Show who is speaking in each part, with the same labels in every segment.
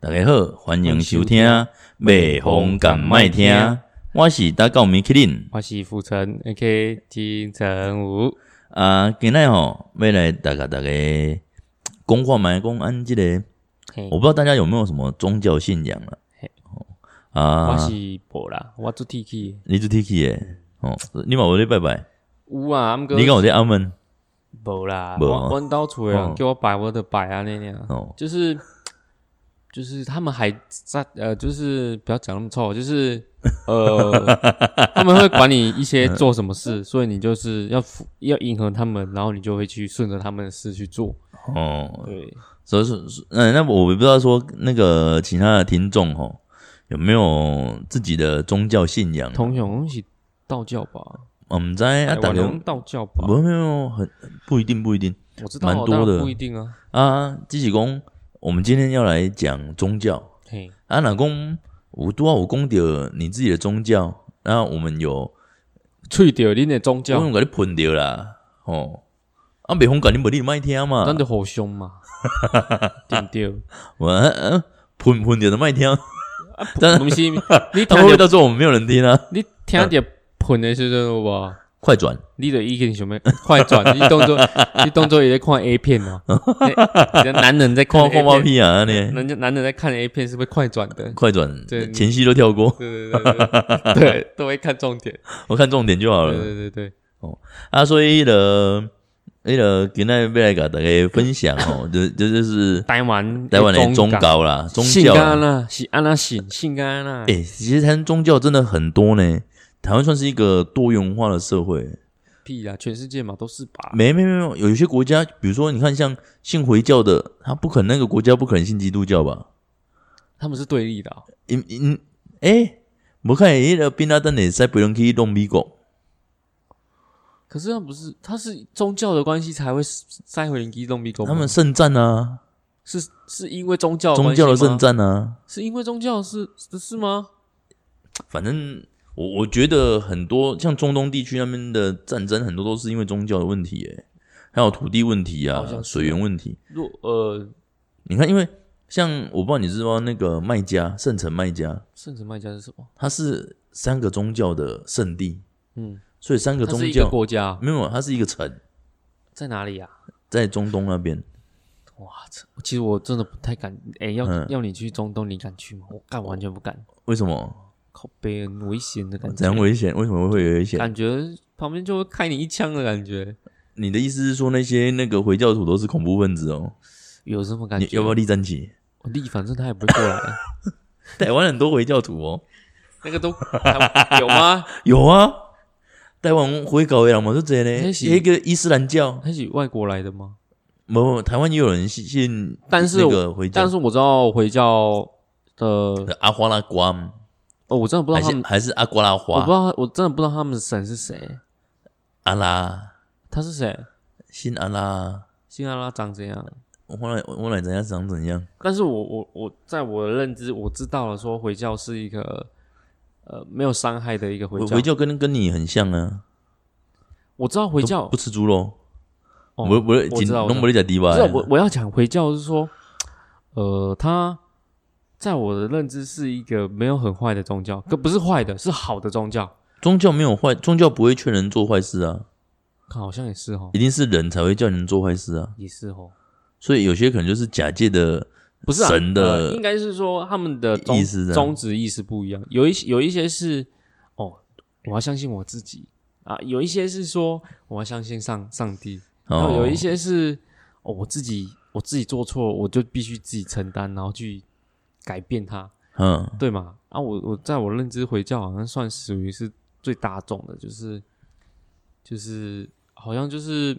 Speaker 1: 大家好，欢迎收听《麦红敢麦听》，我是大高米克林
Speaker 2: 我是傅成，A.K. 金城武。
Speaker 1: 啊。今天吼，要来大家大家讲看麦讲安这个，
Speaker 2: 嘿
Speaker 1: 我不知道大家有没有什么宗教信仰了、啊？
Speaker 2: 我
Speaker 1: 啊，
Speaker 2: 是无啦，我做 T K
Speaker 1: 你做 T K 诶，哦，你嘛有咧拜拜，
Speaker 2: 有啊，俺哥
Speaker 1: 你敢有咧阿门
Speaker 2: 无啦，
Speaker 1: 无啊
Speaker 2: 我阮兜厝的
Speaker 1: 哦
Speaker 2: 人叫我摆，我就摆啊那样。
Speaker 1: 哦，
Speaker 2: 就是就是他们还在呃，就是不要讲那么臭，就是 呃，他们会管你一些做什么事，所以你就是要符要迎合他们，然后你就会去顺着他们的事去做。
Speaker 1: 哦，
Speaker 2: 对，
Speaker 1: 所以是，嗯，那我不知道说那个其他的听众吼有没有自己的宗教信仰啊？
Speaker 2: 同雄是道教吧？
Speaker 1: 我们在啊，
Speaker 2: 台
Speaker 1: 大
Speaker 2: 湾
Speaker 1: 家
Speaker 2: 人道教吧？
Speaker 1: 没有没有，很不一定不一定
Speaker 2: 我知道，
Speaker 1: 蛮多的
Speaker 2: 当然不一定啊。
Speaker 1: 啊。基喜公，我们今天要来讲宗教
Speaker 2: 嘿，
Speaker 1: 啊，老公，我多我讲到你自己的宗教，那、我们有
Speaker 2: 吹掉恁的宗
Speaker 1: 我
Speaker 2: 教
Speaker 1: 用，给你喷掉啦，哦，啊，北风肯定不你卖听嘛
Speaker 2: 咱，就互相 嘛，对不对？
Speaker 1: 我啊喷喷掉的卖 听，但
Speaker 2: 不是你
Speaker 1: 他们会
Speaker 2: 听着
Speaker 1: 到时候我们没有人听啊，
Speaker 2: 你听着喷的时阵有无？
Speaker 1: 快转，
Speaker 2: 你的已经想要快 转，你当做你当做也在看 A 片哦、你的男人在 看
Speaker 1: 看
Speaker 2: A
Speaker 1: 看猫
Speaker 2: 片，
Speaker 1: 屁啊呢，
Speaker 2: 人家男人在看 A 片是会快转 的，
Speaker 1: 快转
Speaker 2: 对，
Speaker 1: 前戏都跳过，
Speaker 2: 对对对对，对都会看重点，
Speaker 1: 我看重点就好
Speaker 2: 对
Speaker 1: 了
Speaker 2: 对对对，
Speaker 1: 啊，所以呢。那个今天要来给大家分享哦，就就就是
Speaker 2: 台湾
Speaker 1: 台湾的宗
Speaker 2: 教
Speaker 1: 教啦，宗
Speaker 2: 信
Speaker 1: 教
Speaker 2: 安
Speaker 1: 啦，
Speaker 2: 啦，是安啦信，信安啦，
Speaker 1: 哎、其实台湾宗教真的很多呢。台湾算是一个多元文化的社会，
Speaker 2: 屁啦，全世界嘛都是吧，
Speaker 1: 没没没有，有一些国家，比如说你看像信回教的，他不可能那个国家不可能信基督教吧？
Speaker 2: 他们是对立的哦、
Speaker 1: 因因哎，我看那个宾拉登也在不能去弄美国，
Speaker 2: 可是他不是，他是宗教的关系才会塞回灵机动逼宫吗，
Speaker 1: 他们圣战啊，
Speaker 2: 是是因为宗教
Speaker 1: 宗
Speaker 2: 哦关系
Speaker 1: 教
Speaker 2: 吗
Speaker 1: 的圣战啊，
Speaker 2: 是因为宗教是是是吗？
Speaker 1: 反正。我我觉得很多像中东地区那边的战争，很多都是因为宗教的问题，哎，还有土地问题啊
Speaker 2: 好像，是
Speaker 1: 水源问题。
Speaker 2: 若呃，
Speaker 1: 你看，因为像我不知道你知不知道那个麦加圣城麦加，
Speaker 2: 圣子卖家是什么？
Speaker 1: 它是三个宗教的圣地，
Speaker 2: 嗯，
Speaker 1: 所以三个
Speaker 2: 它是
Speaker 1: 宗
Speaker 2: 一个
Speaker 1: 教
Speaker 2: 国家，
Speaker 1: 没有，它是一个城，
Speaker 2: 在哪里呀、
Speaker 1: 在中东那边。
Speaker 2: 哇，这其实我真的不太敢。哎、要、
Speaker 1: 嗯
Speaker 2: 要你去中东，你敢去吗？我干完全不敢，
Speaker 1: 为什么？
Speaker 2: 靠背很危险的感
Speaker 1: 怎
Speaker 2: 觉，
Speaker 1: 样危 险？为什么会有危险？
Speaker 2: 感觉旁边就会开你一枪的感觉，
Speaker 1: 你的意思是说那些那个回教徒都是恐怖分子哦？
Speaker 2: 有什么感
Speaker 1: 你
Speaker 2: 觉？
Speaker 1: 要不要立正旗？
Speaker 2: 我力反正他也不会过来，
Speaker 1: 台湾很多回教徒哦，
Speaker 2: 那个都 还有吗？
Speaker 1: 有啊，台湾回教的人嘛就这呢，
Speaker 2: 那是
Speaker 1: 一个伊斯兰教，
Speaker 2: 他是外国来的吗？
Speaker 1: 没有台湾也有人信信，
Speaker 2: 但是
Speaker 1: 那
Speaker 2: 我
Speaker 1: 个回教
Speaker 2: 但是我知道回教的，哦，
Speaker 1: 阿花拉瓜吗，
Speaker 2: 我真的不知
Speaker 1: 还
Speaker 2: 道他
Speaker 1: 是
Speaker 2: 们，
Speaker 1: 还是阿瓜拉
Speaker 2: 我不知
Speaker 1: 花
Speaker 2: 道，我真的不知道他们的神是谁，
Speaker 1: 阿拉。
Speaker 2: 他是谁？
Speaker 1: 新安啦，
Speaker 2: 新阿拉长怎样？
Speaker 1: 我后来我来怎样长怎样？
Speaker 2: 但是我我我在我的认知，我知道了，说回教是一个呃没有伤害的一个回
Speaker 1: 回
Speaker 2: 教。
Speaker 1: 回教跟跟你很像啊，
Speaker 2: 我知道回教，
Speaker 1: 不吃猪肉，
Speaker 2: 哦
Speaker 1: 我我
Speaker 2: 我知道我知道
Speaker 1: 弄不了迪吧哎
Speaker 2: 不？是我我要讲回教是说，呃，他在我的认知是一个没有很坏的宗教，可不是坏的，是好的宗教。
Speaker 1: 宗教没有坏，宗教不会劝人做坏事啊，
Speaker 2: 看好像也是哦
Speaker 1: 一，定是人才会叫人做坏事啊。
Speaker 2: 也是哦，
Speaker 1: 所以有些可能就是假借的
Speaker 2: 不是、啊、
Speaker 1: 神
Speaker 2: 呃
Speaker 1: 的
Speaker 2: 应该是说他们的宗
Speaker 1: 意思这样
Speaker 2: 宗旨意识不一样。有一些有一些是哦，我要相信我自己啊；有一些是说我要相信上上帝。然后
Speaker 1: 哦，
Speaker 2: 呃有一些是、哦、我自己我自己做错，我就必须自己承担，然后去改变它，
Speaker 1: 嗯
Speaker 2: 对吗？啊，我我在我认知回教好像算属于是最大众的，就是就是好像就是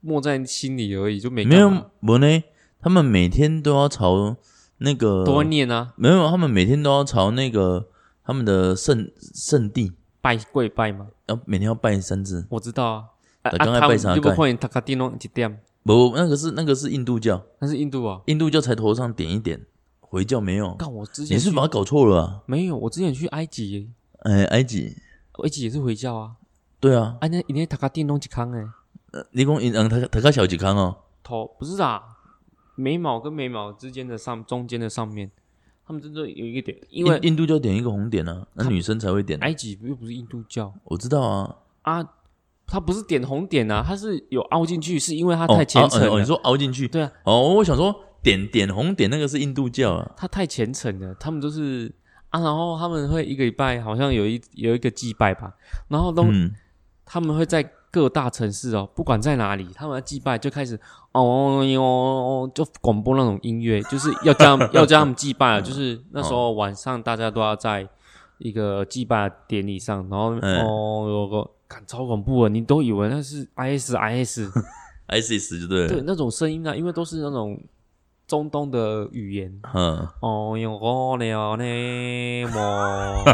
Speaker 2: 默在心里而已，就没啊
Speaker 1: 没
Speaker 2: 干嘛
Speaker 1: 有我呢，他们每天都要朝那个
Speaker 2: 多念啊，
Speaker 1: 没有，他们每天都要朝那个他们的圣圣地，
Speaker 2: 拜跪拜嘛，
Speaker 1: 要每天要拜三次。
Speaker 2: 我知道啊。啊，
Speaker 1: 大
Speaker 2: 啊
Speaker 1: 家爱
Speaker 2: 他
Speaker 1: 拜
Speaker 2: 们
Speaker 1: 啥
Speaker 2: 就不
Speaker 1: 拜
Speaker 2: 欢迎塔卡蒂诺一点，
Speaker 1: 不，那个是那个是印度教。
Speaker 2: 但是印度啊，
Speaker 1: 印度教才头上点一点，回教没有。
Speaker 2: 干我之前
Speaker 1: 你是
Speaker 2: 去
Speaker 1: 把它搞错了啊？
Speaker 2: 没有，我之前去埃及，
Speaker 1: 哎，埃及，
Speaker 2: 埃及也是回教啊，
Speaker 1: 对啊，
Speaker 2: 啊那那塔卡蒂诺一康哎，
Speaker 1: 呃你讲印嗯，他他较小几康哦，
Speaker 2: 头不是啊，眉毛跟眉毛之间的上中间的上面，他们真的有一个点，因为哎
Speaker 1: 印印度教点一个红点啊，那女生才会点。
Speaker 2: 埃及又不是印度教
Speaker 1: 我知道啊，
Speaker 2: 啊，它不是点红点啊，它是有凹进去，是因为它
Speaker 1: 哦
Speaker 2: 太虔诚
Speaker 1: 哦哦
Speaker 2: 了。
Speaker 1: 你说凹进去？
Speaker 2: 对啊，
Speaker 1: 哦，我想说点点红点那个是印度教啊，
Speaker 2: 他太虔诚了，他们都是啊，然后他们会一个礼拜好像有一有一个祭拜吧，然后都、
Speaker 1: 嗯，
Speaker 2: 他们会在各大城市哦，不管在哪里，他们要祭拜就开始哦哟、就广播那种音乐，就是要这样要这样祭拜了，啊就是那时候晚上大家都要在一个祭拜典礼上，然后、
Speaker 1: 嗯
Speaker 2: 哦有个。看超恐怖的，你都以为那是 IS IS，
Speaker 1: ISIS 就对了。
Speaker 2: 对那种声音啊，因为都是那种中东的语言，
Speaker 1: 嗯，
Speaker 2: 哦哟，我了呢，莫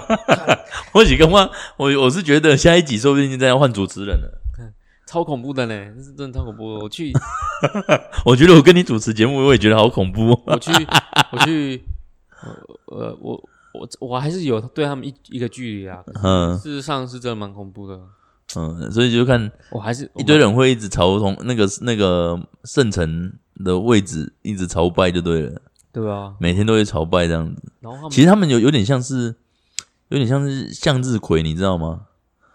Speaker 1: 或许跟我我我是觉得下一集说不定就在换主持人了。
Speaker 2: 超恐怖的呢，这是真的超恐怖的。我去，
Speaker 1: 我觉得我跟你主持节目，我也觉得好恐怖、哦。
Speaker 2: 我去，我去，呃，呃我我我还是有对他们一一个距离啊。
Speaker 1: 嗯
Speaker 2: 事实上是真的蛮恐怖的，
Speaker 1: 嗯，所以就看
Speaker 2: 我还是
Speaker 1: 一堆人会一直朝从那个那个圣城的位置一直朝拜就对了，
Speaker 2: 对吧？
Speaker 1: 每天都会朝拜这样子。
Speaker 2: 然后他们
Speaker 1: 其实他们有有点像是有点像是向日葵，你知道吗？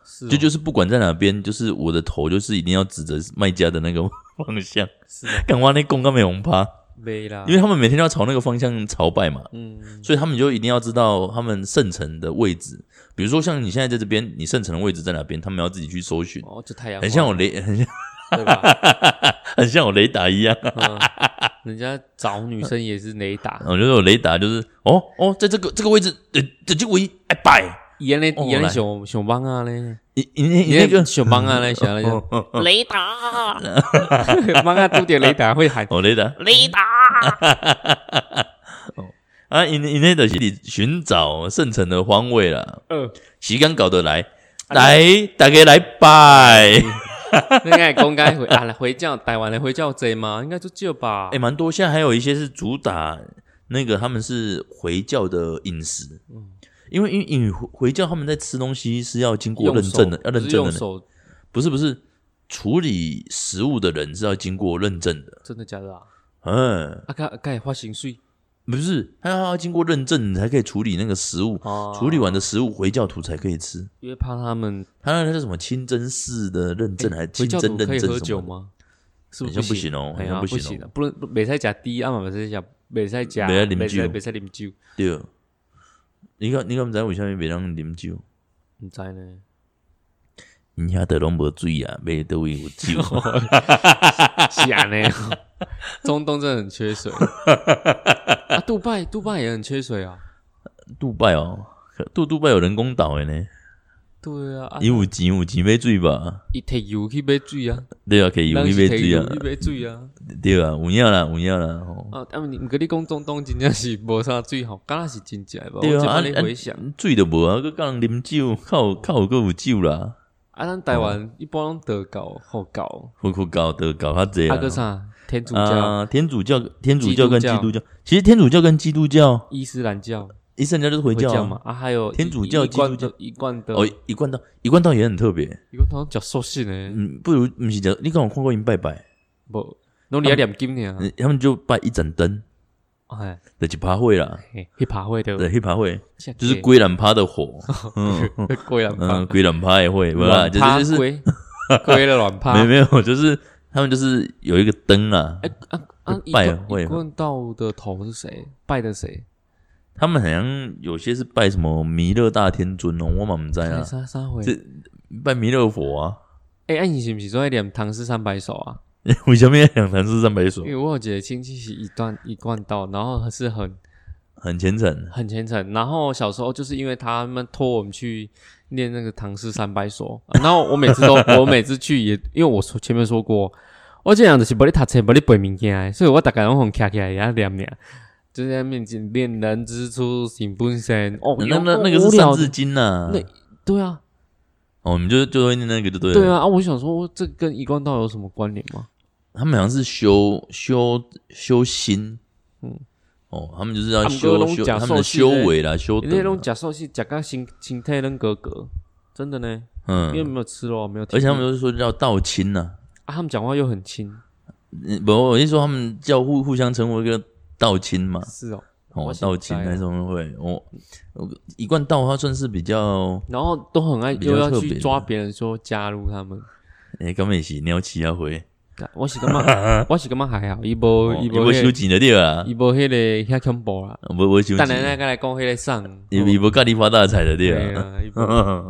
Speaker 2: 是、啊哦
Speaker 1: 就就是不管在哪边，就是我的头就是一定要指着卖家的那个 方向。
Speaker 2: 是哦
Speaker 1: 干嘛那公干没红趴？
Speaker 2: 没啦，
Speaker 1: 因为他们每天都要朝那个方向朝拜嘛，
Speaker 2: 嗯
Speaker 1: 所以他们就一定要知道他们圣城的位置。比如说像你现在在这边，你圣城的位置在哪边，他们要自己去搜寻。
Speaker 2: 哦，就太阳
Speaker 1: 很像
Speaker 2: 花
Speaker 1: 我雷，很像
Speaker 2: 对吧？
Speaker 1: 很像我雷达一样。
Speaker 2: 嗯，人家找女生也是雷达，
Speaker 1: 我觉得我雷达就是，哦哦，在这个这个位置，呃，这就我一哎拜，
Speaker 2: 演嘞
Speaker 1: 哦
Speaker 2: 演嘞
Speaker 1: 来
Speaker 2: 熊熊帮啊嘞，
Speaker 1: 你你你你
Speaker 2: 演
Speaker 1: 那个哦
Speaker 2: 嘞熊帮啊 嘞，想嘞想。
Speaker 3: 雷达，
Speaker 2: 帮啊，都点雷达会喊
Speaker 1: 哦雷达
Speaker 3: 雷达，
Speaker 1: 啊，你你那的是你寻找圣城的方位啦，
Speaker 2: 呃，
Speaker 1: 时间搞得来，
Speaker 2: 啊
Speaker 1: 来大家来拜，
Speaker 2: 那个公该回啊，回教台湾的回教贼吗？应该就这吧
Speaker 1: 哎，。蛮多。现在还有一些是主打那个他们是回教的饮食，
Speaker 2: 嗯
Speaker 1: 因为因为因为回回教他们在吃东西是要经过
Speaker 2: 用
Speaker 1: 认
Speaker 2: 手
Speaker 1: 证的，要认
Speaker 2: 不是
Speaker 1: 证的
Speaker 2: 用
Speaker 1: 呢，
Speaker 2: 手
Speaker 1: 不是不是，处理食物的人是要经过认证的，
Speaker 2: 真的假的啊？
Speaker 1: 嗯。
Speaker 2: 啊，该该花行税
Speaker 1: 不是，它要经过认证，你才可以处理那个食物。
Speaker 2: 哦
Speaker 1: 处理完的食物回教徒才可以吃。
Speaker 2: 因为怕他们
Speaker 1: 它那个叫什么清真寺的认证，还是
Speaker 2: 哎回
Speaker 1: 清
Speaker 2: 教
Speaker 1: 真
Speaker 2: 徒
Speaker 1: 认
Speaker 2: 可以喝
Speaker 1: 证
Speaker 2: 酒
Speaker 1: 什么
Speaker 2: 吗？是
Speaker 1: 好像
Speaker 2: 是
Speaker 1: 不
Speaker 2: 不
Speaker 1: 行哦好
Speaker 2: 哎
Speaker 1: 像
Speaker 2: 呀
Speaker 1: 不
Speaker 2: 不
Speaker 1: 行哦
Speaker 2: 啊不能没使食猪，啊嘛没使食，没使食，
Speaker 1: 不可以啉
Speaker 2: 没
Speaker 1: 酒
Speaker 2: 使没使啉酒，
Speaker 1: 的？对，你敢你敢不知为什么别让啉酒？
Speaker 2: 唔知呢。
Speaker 1: 你遐都拢无水啊，没得位有 酒。
Speaker 2: 是啊呢，中东真的很缺水啊，杜拜杜拜也很缺水啊。
Speaker 1: 杜拜哦，杜杜拜有人工岛的呢，
Speaker 2: 对啊，啊
Speaker 1: 伊有钱有钱买水吧？
Speaker 2: 一摕油去买水啊，
Speaker 1: 对啊，可以有
Speaker 2: 人
Speaker 1: 去
Speaker 2: 是
Speaker 1: 买
Speaker 2: 摕
Speaker 1: 水啊
Speaker 2: 油，去买水啊。
Speaker 1: 对啊，有影啦有影啦。吼
Speaker 2: 啊，啊，毋过你讲中东真正是无啥最好，敢若是真正的吧？
Speaker 1: 对
Speaker 2: 我
Speaker 1: 啊，啊
Speaker 2: 即摆咧回想，
Speaker 1: 啊水都无啊，佮人啉酒，靠靠佮有酒啦，
Speaker 2: 啊，咱台湾一般拢德教、佛教，
Speaker 1: 苦苦搞得搞较济
Speaker 2: 啊
Speaker 1: 啊。
Speaker 2: 个啥天主教、
Speaker 1: 啊，天主教、天主教跟
Speaker 2: 基
Speaker 1: 基
Speaker 2: 督教
Speaker 1: 督教，其实天主教跟基督教，
Speaker 2: 伊斯兰教、
Speaker 1: 伊斯兰教就是回
Speaker 2: 回
Speaker 1: 教啊
Speaker 2: 教嘛，啊，还有
Speaker 1: 天
Speaker 2: 一
Speaker 1: 主教
Speaker 2: 一贯
Speaker 1: 基督
Speaker 2: 的一贯的，
Speaker 1: 哦，一贯道，一贯道也很特别。
Speaker 2: 一贯通叫寿信呢，
Speaker 1: 嗯，不如不是讲，你看我看过因拜拜，
Speaker 2: 无拢你要念经呢，
Speaker 1: 嗯他们就拜一盏灯
Speaker 2: 哎，
Speaker 1: 的几趴会啦，
Speaker 2: 嘿去爬会的，
Speaker 1: 对，黑趴会
Speaker 2: 像
Speaker 1: 就是
Speaker 2: 鸡
Speaker 1: 龟兰趴的火，嗯
Speaker 2: 龟了吧
Speaker 1: 嗯，？龟兰趴也会，不啦，
Speaker 2: 卵
Speaker 1: 就
Speaker 2: 趴
Speaker 1: 是就是
Speaker 2: 龟 龟了卵趴
Speaker 1: 没，没有， 就是他们就是有一个灯啊，
Speaker 2: 哎啊啊！一
Speaker 1: 拜
Speaker 2: 贯
Speaker 1: 会
Speaker 2: 一贯道的头是谁？拜的谁？
Speaker 1: 他们好像有些是拜什么弥勒大天尊哦，我满不在啊，
Speaker 2: 啥啥会？
Speaker 1: 这拜弥勒佛啊，
Speaker 2: 哎，啊，你是不是都在念《唐诗三百首》啊？
Speaker 1: 为什么要两坛是三百首
Speaker 2: 因为？我有几个亲戚是一段一贯道，然后是很
Speaker 1: 很虔诚，
Speaker 2: 很虔诚。然后小时候就是因为他们托我们去念那个唐诗三百首，然后我每次 都我每次去也，因为我说前面说过，我这样子是不哩读册不哩背物件的，所以我大概拢很卡起来也要念念。就在面前恋人之初性本善，哦，
Speaker 1: 那
Speaker 2: 有
Speaker 1: 那
Speaker 2: 够
Speaker 1: 那个是
Speaker 2: 无
Speaker 1: 《三
Speaker 2: 聊的
Speaker 1: 字经》呐
Speaker 2: 那，对啊，
Speaker 1: 哦，你们就就会念那个就对了。
Speaker 2: 对啊，，啊，我想说这跟一贯道有什么关联吗？
Speaker 1: 他们好像是修修修心，嗯
Speaker 2: 嗯，
Speaker 1: 哦，他们就是要
Speaker 2: 他们都
Speaker 1: 修
Speaker 2: 拢
Speaker 1: 修
Speaker 2: 假
Speaker 1: 他们的
Speaker 2: 受气
Speaker 1: 修
Speaker 2: 嘞
Speaker 1: 为啦，修
Speaker 2: 因为
Speaker 1: 德
Speaker 2: 拢
Speaker 1: 啦，
Speaker 2: 假寿是假个心心态人格格，真的呢，因为
Speaker 1: 嗯，
Speaker 2: 没有吃肉，没有体
Speaker 1: 而
Speaker 2: 力，
Speaker 1: 且他们都是说要道亲呐，
Speaker 2: 啊，他们讲话又很轻，
Speaker 1: 嗯不，我是说他们叫互互相称呼一个道亲嘛，
Speaker 2: 是哦。
Speaker 1: 哦
Speaker 2: 我，是
Speaker 1: 道
Speaker 2: 不
Speaker 1: 亲
Speaker 2: 知道
Speaker 1: 那种会，我、哦、我一贯道它算是比较
Speaker 2: 然后都很爱
Speaker 1: 比较
Speaker 2: 又要
Speaker 1: 特别
Speaker 2: 去
Speaker 1: 的
Speaker 2: 抓别人说加入他们。
Speaker 1: 诶，根本是鸟气啊回，
Speaker 2: 干我是 感觉我是感觉还好，伊无
Speaker 1: 哦
Speaker 2: 伊
Speaker 1: 伊
Speaker 2: 无
Speaker 1: 无
Speaker 2: 迄
Speaker 1: 收钱就对哦啊，
Speaker 2: 伊无迄个遐恐怖啦。
Speaker 1: 无无收
Speaker 2: 但咱那
Speaker 1: 钱，
Speaker 2: 个来讲迄个上，
Speaker 1: 伊伊无甲你发大财就对啊。
Speaker 2: 啊啊，伊无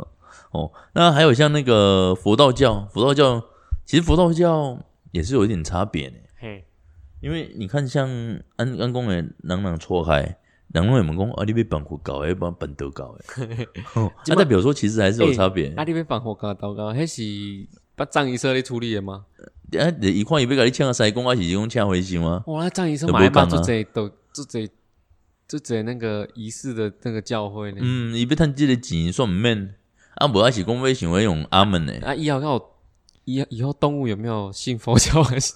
Speaker 1: 哦，那还有像那个佛道教，佛道教其实佛道教也是有一点差别呢，
Speaker 2: 嘿，
Speaker 1: 因为你看像安安公诶，朗朗错开，朗朗也们讲啊，你被本佛搞诶，把本德搞诶， 哦哎那代表说其实还是有差别。
Speaker 2: 啊，你要放火干刀干，迄是把藏医生咧处理的吗？
Speaker 1: 啊，你一看伊要甲你请个西公啊，还是讲请回心吗？
Speaker 2: 哇，那藏医生
Speaker 1: 都
Speaker 2: 买
Speaker 1: 不
Speaker 2: 嘛，
Speaker 1: 讲啊
Speaker 2: 做这都做这做这那个仪式的那个教会呢？
Speaker 1: 嗯，伊要趁即个钱算毋免，啊，无还是讲要想要用阿门诶。
Speaker 2: 啊，以后要以以后动物有没有信佛教？ 还是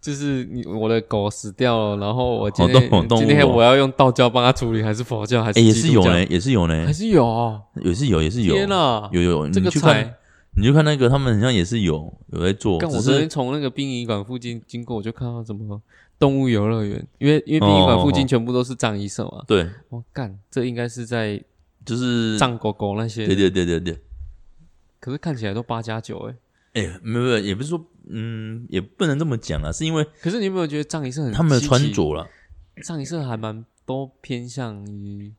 Speaker 2: 就是你我的狗死掉了，然后我今
Speaker 1: 好动
Speaker 2: 天
Speaker 1: 物动物哦
Speaker 2: 今天我要用道教帮它处理，还是佛教，还是
Speaker 1: 哎诶、也是
Speaker 2: 基督
Speaker 1: 有
Speaker 2: 教
Speaker 1: 呢，，也是有呢
Speaker 2: 还，是有哦。
Speaker 1: 也是有，也是有，
Speaker 2: 天哪，
Speaker 1: 有有有，
Speaker 2: 这个
Speaker 1: 你去看
Speaker 2: 才，
Speaker 1: 你去看那个，他们好像也是有有在做，
Speaker 2: 但
Speaker 1: 只
Speaker 2: 我昨
Speaker 1: 是
Speaker 2: 天从那个殡仪馆附近经过，我就看到什么动物游乐园，因为因为殡仪馆附
Speaker 1: 哦哦
Speaker 2: 近
Speaker 1: 哦
Speaker 2: 全部都是藏医生嘛。
Speaker 1: 对，
Speaker 2: 我干，这应该是在
Speaker 1: 就是
Speaker 2: 藏狗狗那些
Speaker 1: 对，对对对对，
Speaker 2: 可是看起来都八加九哎。
Speaker 1: 哎、没有没有，也不是说，嗯，也不能这么讲啊，是因为
Speaker 2: 可是你有没有觉得藏医生很
Speaker 1: 他们的
Speaker 2: 稀奇
Speaker 1: 穿，着啦，
Speaker 2: 藏医生还蛮都偏向于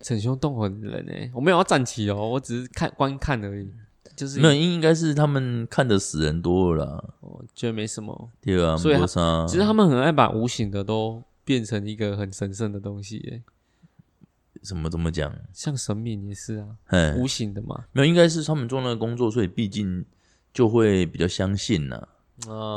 Speaker 2: 逞凶斗狠的人哎。我没有要站起哦，我只是看观看而已，就是
Speaker 1: 没有应应该是他们看的死人多了啦，
Speaker 2: 我觉得没什么。
Speaker 1: 对啊，
Speaker 2: 所以他
Speaker 1: 没啥，
Speaker 2: 其实他们很爱把无形的都变成一个很神圣的东西耶，
Speaker 1: 什么怎么讲，
Speaker 2: 像神明也是啊，
Speaker 1: 哎，
Speaker 2: 无形的嘛。
Speaker 1: 没有，应该是他们做那个工作，所以毕竟就会比较相信呐、
Speaker 2: 啊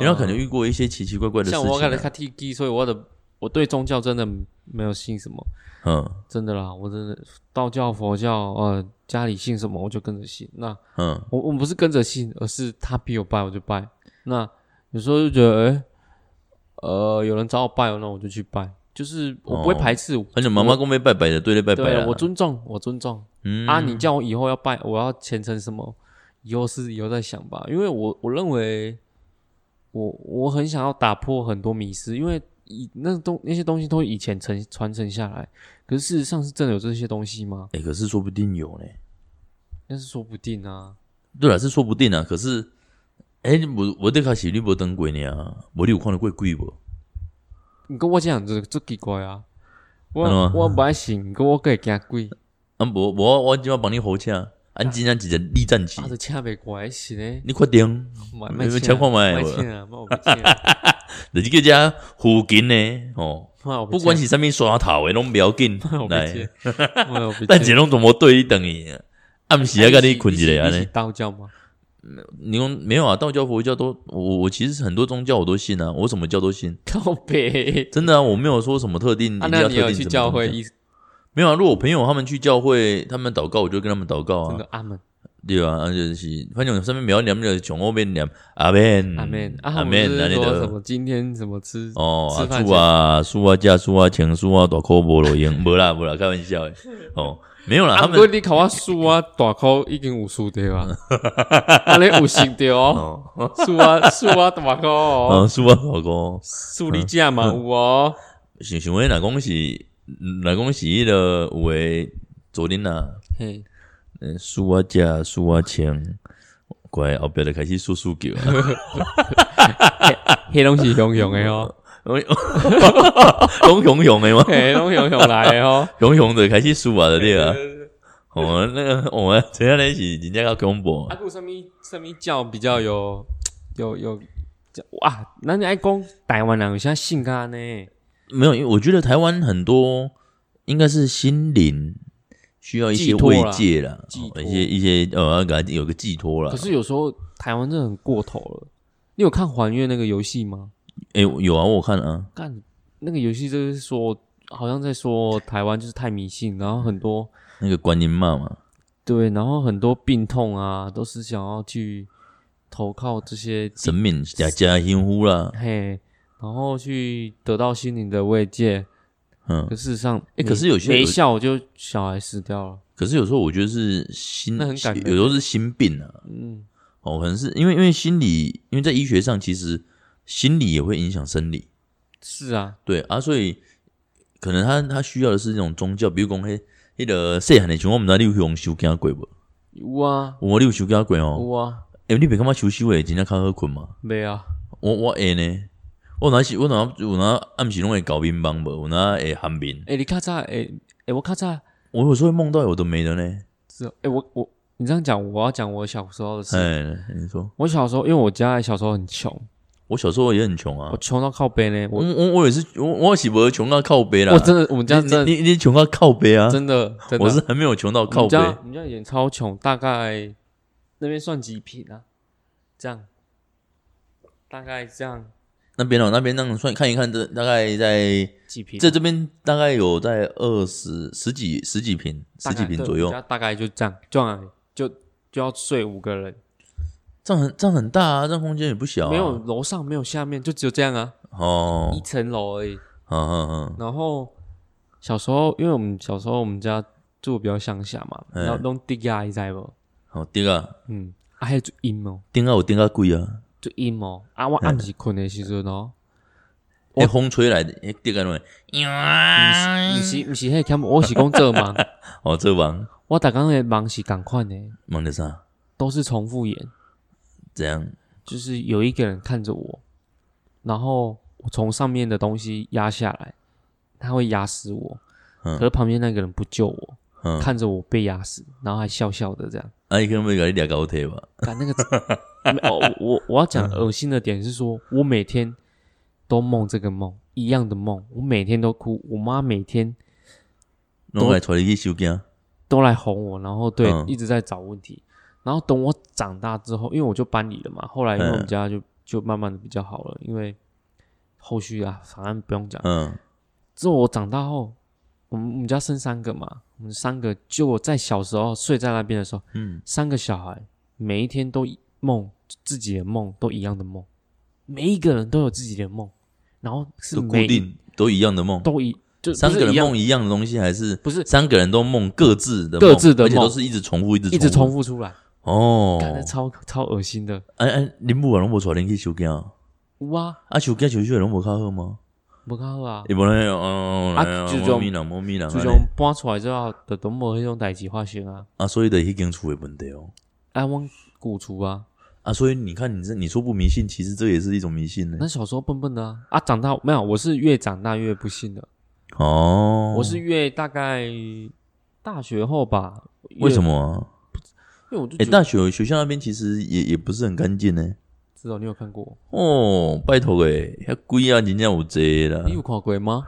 Speaker 1: 因为他可能遇过一些奇奇怪怪的事
Speaker 2: 像
Speaker 1: 情、
Speaker 2: 我看了
Speaker 1: 啊，
Speaker 2: 看 T G，所以我的我对宗教真的没有信什么，
Speaker 1: 嗯
Speaker 2: 真的啦，我真的道教、佛教，呃，家里信什么我就跟着信。那
Speaker 1: 嗯，
Speaker 2: 我我不是跟着信，而是他逼我拜我就拜。那有时候就觉得，哎、呃，有人找我拜，那我就去拜，就是我不会
Speaker 1: 哦
Speaker 2: 排斥。
Speaker 1: 反正妈妈公被拜拜的，对对拜拜
Speaker 2: 对啊
Speaker 1: 啦，
Speaker 2: 我尊重，我尊重、
Speaker 1: 嗯
Speaker 2: 啊！你叫我以后要拜，我要虔诚什么，以后是以后再想吧。因为我我认为我我很想要打破很多迷思，因为以那东那些东西都以前承传承下来，可是事实上是真的有这些东西吗？
Speaker 1: 哎、可是说不定有呢、
Speaker 2: 那是说不定啊。
Speaker 1: 对啦，是说不定啊。可是，哎、我我得开始你无登过呢啊，无你有看到过鬼无？
Speaker 2: 你跟我讲这这奇怪啊，我
Speaker 1: 真的吗
Speaker 2: 我不爱信，你跟我会惊鬼，
Speaker 1: 啊，无无我今晚帮你吼请，啊，你今天一个立战旗
Speaker 2: 啊，，都请袂过来是嘞，
Speaker 1: 你快点，
Speaker 2: 买
Speaker 1: 嗯你们抢看卖
Speaker 2: 买
Speaker 1: 有无
Speaker 2: 钱啊，买我钱 啊，
Speaker 1: 就是叫家附近呢，哦，
Speaker 2: 买我
Speaker 1: 不管是啥物刷头的拢不要紧
Speaker 2: 我，不
Speaker 1: 来
Speaker 2: 啊钱，， 买我不
Speaker 1: 但是拢怎么对你等伊，暗时啊，跟你困一下安
Speaker 2: 你是
Speaker 1: 尼。
Speaker 2: 道教吗？
Speaker 1: 你讲没有啊？道教、佛教都，我我其实很多宗教我都信啊，我什么教都信，
Speaker 2: 靠北。
Speaker 1: 真的啊，我没有说什么特定，
Speaker 2: 啊，
Speaker 1: 一定
Speaker 2: 那
Speaker 1: 要
Speaker 2: 你
Speaker 1: 特
Speaker 2: 有
Speaker 1: 定
Speaker 2: 去
Speaker 1: 什么
Speaker 2: 教
Speaker 1: 宗
Speaker 2: 会
Speaker 1: 教
Speaker 2: 一
Speaker 1: 没有啊，如果我朋友他们去教会，他们祷告，我就跟他们祷告
Speaker 2: 真的
Speaker 1: 啊，
Speaker 2: 阿门
Speaker 1: 对啊，啊就是反正上面苗念就从后面念阿门
Speaker 2: 阿门啊，
Speaker 1: 嗯阿
Speaker 2: 我们
Speaker 1: 门
Speaker 2: 不
Speaker 1: 那
Speaker 2: 是
Speaker 1: 里
Speaker 2: 说什
Speaker 1: 的
Speaker 2: 么今天什么吃
Speaker 1: 哦，
Speaker 2: 吃
Speaker 1: 阿
Speaker 2: 饭
Speaker 1: 柱啊，叔啊，架叔啊，情叔啊，大口菠萝用， 无啦无啦，开玩笑 诶，哦，没有啦，他
Speaker 2: 啊，不
Speaker 1: 们
Speaker 2: 过你考我输啊，大考已经有输对 吧？啊，你有赢对哦，
Speaker 1: 哦
Speaker 2: 输啊输啊大考哦，
Speaker 1: 哦，嗯叔啊，大哥，
Speaker 2: 输你价嘛有哦，
Speaker 1: 想想诶，若讲是若讲是迄个有诶，昨天呐，
Speaker 2: 嘿，
Speaker 1: 嗯，叔啊，架叔啊，情，乖，后壁就开始输输球 啊。
Speaker 2: 黑东西熊熊的哦，
Speaker 1: 拢熊熊诶 嘛，
Speaker 2: 黑东西熊熊来的哦，
Speaker 1: 熊熊就开始输啊，就对啊。哦，那个我们怎样呢？是人家较恐怖
Speaker 2: 啊，，古什么什么教比较有有有哇？那你爱讲台湾人有啥性格呢？
Speaker 1: 没有，因为我觉得台湾很多应该是心灵需要一些
Speaker 2: 寄托
Speaker 1: 慰
Speaker 2: 啦
Speaker 1: 界啦，
Speaker 2: 寄托
Speaker 1: 哦一些一些呃，要给他有个寄托啦
Speaker 2: 可。是有时候台湾真的很过头了。你有看还愿那个游戏吗？
Speaker 1: 哎、有啊，我有看啊，
Speaker 2: 干，那个游戏就是说，好像在说台湾就是太迷信，然后很多
Speaker 1: 那个观音妈嘛，
Speaker 2: 对，然后很多病痛啊，都是想要去投靠这些
Speaker 1: 神明加加香呼啦，
Speaker 2: 嘿，然后去得到心灵的慰藉。
Speaker 1: 嗯
Speaker 2: 可。事实上，
Speaker 1: 欸可是有些
Speaker 2: 没
Speaker 1: 有
Speaker 2: 效就小孩死掉了。
Speaker 1: 可是有时候我觉得是心，
Speaker 2: 那很感人
Speaker 1: 有时候是心病啊。
Speaker 2: 嗯，
Speaker 1: 哦，可能是因为因为心理，因为在医学上其实心理也会影响生理。
Speaker 2: 是啊，
Speaker 1: 对啊，所以可能他他需要的是那种宗教，比如讲迄迄个细汉的时候，我们知道你有去红修惊过无？
Speaker 2: 有啊，
Speaker 1: 我你有修惊过哦？
Speaker 2: 有啊，
Speaker 1: 诶、你别感觉修修诶，真正较好困嘛？
Speaker 2: 没啊，
Speaker 1: 我我会呢，我若是我若有若暗时拢会搞乒乓无，有若会寒眠，
Speaker 2: 哎、你咔嚓，哎、哎、我咔嚓，
Speaker 1: 我有时候会梦到有的没的呢。
Speaker 2: 是，哎、我我你这样讲，我要讲我小时候的事。
Speaker 1: 哎，你说
Speaker 2: 我小时候，因为我家小时候很穷，
Speaker 1: 我小时候也很穷啊
Speaker 2: 我，穷到靠背呢。
Speaker 1: 我
Speaker 2: 我
Speaker 1: 我我也是我我是无穷到靠背啦，
Speaker 2: 我真的，我们家
Speaker 1: 嗯啊你
Speaker 2: 真的
Speaker 1: 你你穷到靠背啊，
Speaker 2: 真的真的，
Speaker 1: 我是还没有穷到
Speaker 2: 我
Speaker 1: 靠背，
Speaker 2: 们家我们家以前超穷，大概那边算几品啊？这样，大概这样
Speaker 1: 那边哦，那边那样算看一看，这大概在
Speaker 2: 几品啊？
Speaker 1: 在这边大概有在二十十几十几平十几平左右
Speaker 2: 大概对我们，家大概就这样，这样就就要睡五个人，
Speaker 1: 这样很这样很大啊，这样空间也不小、啊，
Speaker 2: 没有楼上，没有下面，就只有这样啊，
Speaker 1: 哦
Speaker 2: 一，层楼而已。
Speaker 1: 嗯嗯嗯，
Speaker 2: 然后小时候，因为我们小时候我们家住得比较乡下嘛，
Speaker 1: 嗯
Speaker 2: 然后弄地下，你知无？
Speaker 1: 好顶啊
Speaker 2: 嗯，啊，还有就阴哦，
Speaker 1: 顶啊有顶啊贵啊，
Speaker 2: 就阴哦，啊，
Speaker 1: 哎
Speaker 2: 我暗时困的时阵哦，我
Speaker 1: 诶哎风吹来的，诶顶啊弄
Speaker 2: 毋
Speaker 1: 的，
Speaker 2: 是毋是迄天，我是讲 做梦，
Speaker 1: 哦这王
Speaker 2: 我逐工的梦是共款的，
Speaker 1: 忙的啥？
Speaker 2: 都是重复演，
Speaker 1: 怎样？
Speaker 2: 就是有一个人看着我，然后我从上面的东西压下来，他会压死我，
Speaker 1: 嗯
Speaker 2: 可是旁边那个人不救我，
Speaker 1: 嗯，
Speaker 2: 看着我被压死，然后还笑笑的这样。
Speaker 1: 啊，伊可能要甲你掠高铁吧？
Speaker 2: 但那 个没有，我我我要
Speaker 1: 嗯
Speaker 2: 讲恶心的点是说，我每天都梦这个梦一样的梦，我每天都哭，我妈每天
Speaker 1: 拢来带你去收惊，啊
Speaker 2: 都来哄我，然后对、
Speaker 1: 嗯
Speaker 2: 一直在找问题，然后等我长大之后，因为我就搬离了嘛，后来因为我们
Speaker 1: 嗯
Speaker 2: 家就、就慢慢的比较好了，因为后续啊，反正不用讲。
Speaker 1: 嗯，
Speaker 2: 之后我长大后，我们我们家生三个嘛，我们三个就我在小时候睡在那边的时候，
Speaker 1: 嗯，
Speaker 2: 三个小孩每一天都一梦自己的梦，都一样的梦，每一个人都有自己的梦，然后是
Speaker 1: 都固
Speaker 2: 每一
Speaker 1: 定都一样的梦，
Speaker 2: 都一就
Speaker 1: 三个
Speaker 2: 不是
Speaker 1: 人
Speaker 2: 一样
Speaker 1: 梦一样的东西，还是
Speaker 2: 不是
Speaker 1: 三个人都梦各自的梦
Speaker 2: 各自的
Speaker 1: 而且
Speaker 2: 梦
Speaker 1: 都是一直重复，一直
Speaker 2: 一直重复出来，
Speaker 1: 哦。
Speaker 2: 感觉超超恶心的。
Speaker 1: 哎哎，恁母啊，拢无带恁去收惊啊？
Speaker 2: 哇，
Speaker 1: 啊，收惊收收拢无较好吗？
Speaker 2: 无靠啊！
Speaker 1: 伊无咧，哦，
Speaker 2: 啊
Speaker 1: 来
Speaker 2: 自
Speaker 1: 猫
Speaker 2: 从
Speaker 1: 咪人，猫咪人，
Speaker 2: 自
Speaker 1: 安尼
Speaker 2: 从搬出来之后，就都无迄种代志发生啊！
Speaker 1: 啊，所以的迄间厝的问题哦。
Speaker 2: 啊，阮古厝啊，
Speaker 1: 啊，所以你看，你这你说不迷信，其实这也是一种迷信呢
Speaker 2: 那。小时候笨笨的啊，啊，长大没有，我是越长大越不信的。
Speaker 1: 哦，
Speaker 2: 我是越大概大学后吧。越
Speaker 1: 为什？么啊？
Speaker 2: 因为我就
Speaker 1: 哎，
Speaker 2: 觉得
Speaker 1: 大学学校那边其实也也不是很干净呢。
Speaker 2: 知道你有看过，
Speaker 1: 哦，拜托诶，遐鬼啊，真正有济啦
Speaker 2: 你，有看过吗？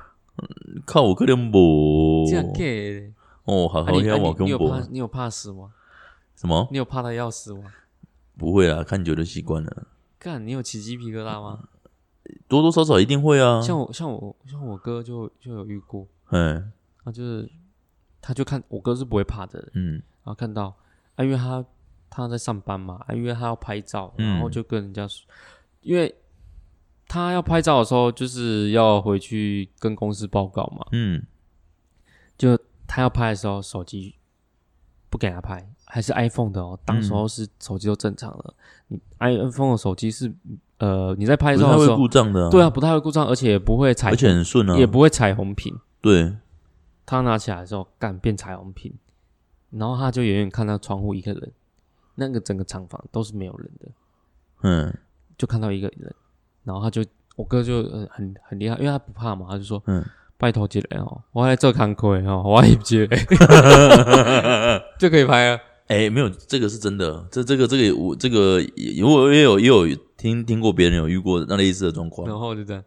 Speaker 1: 靠，有可能无
Speaker 2: 这样 gay，
Speaker 1: 哦，好
Speaker 2: 啊
Speaker 1: 好，
Speaker 2: 你
Speaker 1: 遐我
Speaker 2: 啊你你
Speaker 1: 跟
Speaker 2: 有
Speaker 1: 无
Speaker 2: 怕你有怕死吗？
Speaker 1: 什么？
Speaker 2: 你有怕他要死吗？
Speaker 1: 不会啦，看久就习惯了，
Speaker 2: 干，你有起鸡皮疙瘩吗？
Speaker 1: 多多少少一定会啊。
Speaker 2: 像我像我像我哥就就有遇过，
Speaker 1: 嗯
Speaker 2: 他就是他就看我哥是不会怕的人，
Speaker 1: 嗯
Speaker 2: 然后看到啊，因为他他在上班嘛，啊，因为他要拍照，
Speaker 1: 嗯
Speaker 2: 然后就跟人家说，因为他要拍照的时候就是要回去跟公司报告嘛，
Speaker 1: 嗯，
Speaker 2: 就他要拍的时候，手机不给他拍，还是 iPhone 的哦。当时候是手机都正常了，
Speaker 1: 嗯
Speaker 2: 你 iPhone 的手机是呃你在拍
Speaker 1: 不
Speaker 2: 照
Speaker 1: 太
Speaker 2: 的
Speaker 1: 会
Speaker 2: 时候
Speaker 1: 故，障的、
Speaker 2: 对啊，，不太会故障，而且也不会彩
Speaker 1: 而，且很顺啊，
Speaker 2: 也不会彩虹屏。
Speaker 1: 对，
Speaker 2: 他拿起来的时候，干变彩虹屏，然后他就远远看到窗户一个人，那个整个厂房都是没有人的，
Speaker 1: 嗯
Speaker 2: 就看到一个人，然后他就我哥就呃很很厉害，因为他不怕嘛，他就说
Speaker 1: 嗯，
Speaker 2: 拜托一个哦，我来做工课的哦，我来一个 就可以拍啊。
Speaker 1: 哎、没有，这个是真的，这这个这个我这个也我也有也有听听过别人有遇过那类似的状况，
Speaker 2: 然后就这样，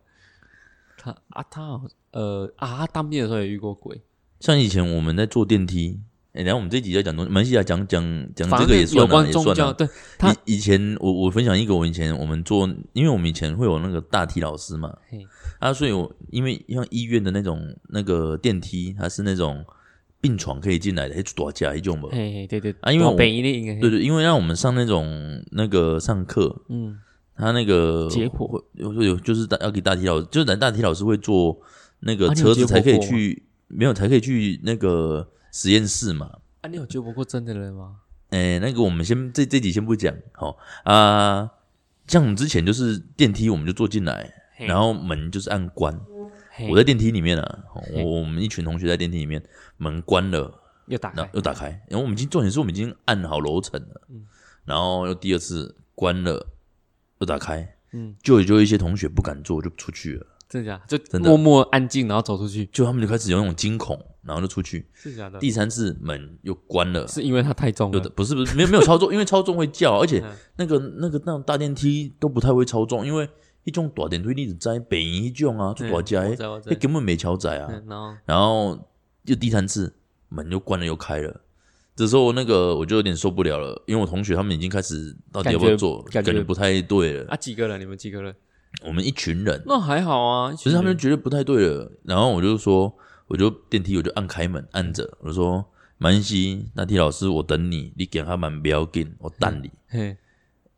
Speaker 2: 他啊他好呃啊他当兵的时候也遇过鬼，
Speaker 1: 像以前我们在坐电梯，哎、然后我们这集在讲东，蛮西啊，讲讲讲
Speaker 2: 反
Speaker 1: 这个
Speaker 2: 正
Speaker 1: 也
Speaker 2: 有
Speaker 1: 算了，
Speaker 2: 关
Speaker 1: 也
Speaker 2: 宗
Speaker 1: 算啊
Speaker 2: 教
Speaker 1: 了。
Speaker 2: 对，他
Speaker 1: 以以前我我分享一个，我以前我们做，因为我们以前会有那个大体老师嘛
Speaker 2: 嘿，
Speaker 1: 啊，所以我因为像医院的那种那个电梯，它是那种病床可以进来的，还多加一种吧。
Speaker 2: 嘿嘿对对
Speaker 1: 啊因为我
Speaker 2: 北一的应该
Speaker 1: 对对，因为让我们上那种那个上课，
Speaker 2: 嗯
Speaker 1: 他那个
Speaker 2: 解剖
Speaker 1: 会有有就是大要给大体老师，就是咱大体老师会坐那
Speaker 2: 啊
Speaker 1: 个
Speaker 2: 你有
Speaker 1: 车子
Speaker 2: 解剖
Speaker 1: 才可以
Speaker 2: 过吗
Speaker 1: 去，没有才可以去那个实验室嘛。
Speaker 2: 啊你有救不过真的人吗？
Speaker 1: 哎，那个我们先这这集先不讲，好、啊。像我们之前就是电梯，我们就坐进来，
Speaker 2: 嘿
Speaker 1: 然后门就是按关。
Speaker 2: 嘿
Speaker 1: 我在电梯里面啊，哦
Speaker 2: 嘿
Speaker 1: 我我们一群同学在电梯里面，门关了，
Speaker 2: 又打
Speaker 1: 然
Speaker 2: 开
Speaker 1: 后，又打开，然后我们已经重点是我们已经按好楼层了，
Speaker 2: 嗯
Speaker 1: 然后又第二次关了，又打开，
Speaker 2: 嗯，
Speaker 1: 就也就一些同学不敢坐，就出去了，
Speaker 2: 真的假的？就
Speaker 1: 真的
Speaker 2: 默默安静，然后走出去，
Speaker 1: 就他们就开始有那种惊恐，然后就出去。
Speaker 2: 是假的？
Speaker 1: 第三次门又关了，
Speaker 2: 嗯是因为它太重
Speaker 1: 有的
Speaker 2: 了，
Speaker 1: 不是不是没有没有操作，因为操纵会叫，而且
Speaker 2: 嗯
Speaker 1: 那个那个那种大电梯都不太会操纵，因为一种大电梯你只在北营一种啊，就大家
Speaker 2: 嗯
Speaker 1: 的
Speaker 2: 我知道我知道
Speaker 1: 那根本没超载啊。
Speaker 2: 嗯，然后
Speaker 1: 然后又第三次门又关了又开了，这时候那个我就有点受不了了，因为我同学他们已经开始到底要不要做，
Speaker 2: 感觉
Speaker 1: 感
Speaker 2: 感觉
Speaker 1: 觉不太对了。
Speaker 2: 啊几个人？你们几个人？
Speaker 1: 我们一群人，
Speaker 2: 那还好啊，
Speaker 1: 其实他们就觉得不太对了，然后我就说，我就电梯我就按开门按着，我就说马恩熙，那天老师我等你，你给他蛮不要紧，我等你。
Speaker 2: 嘿，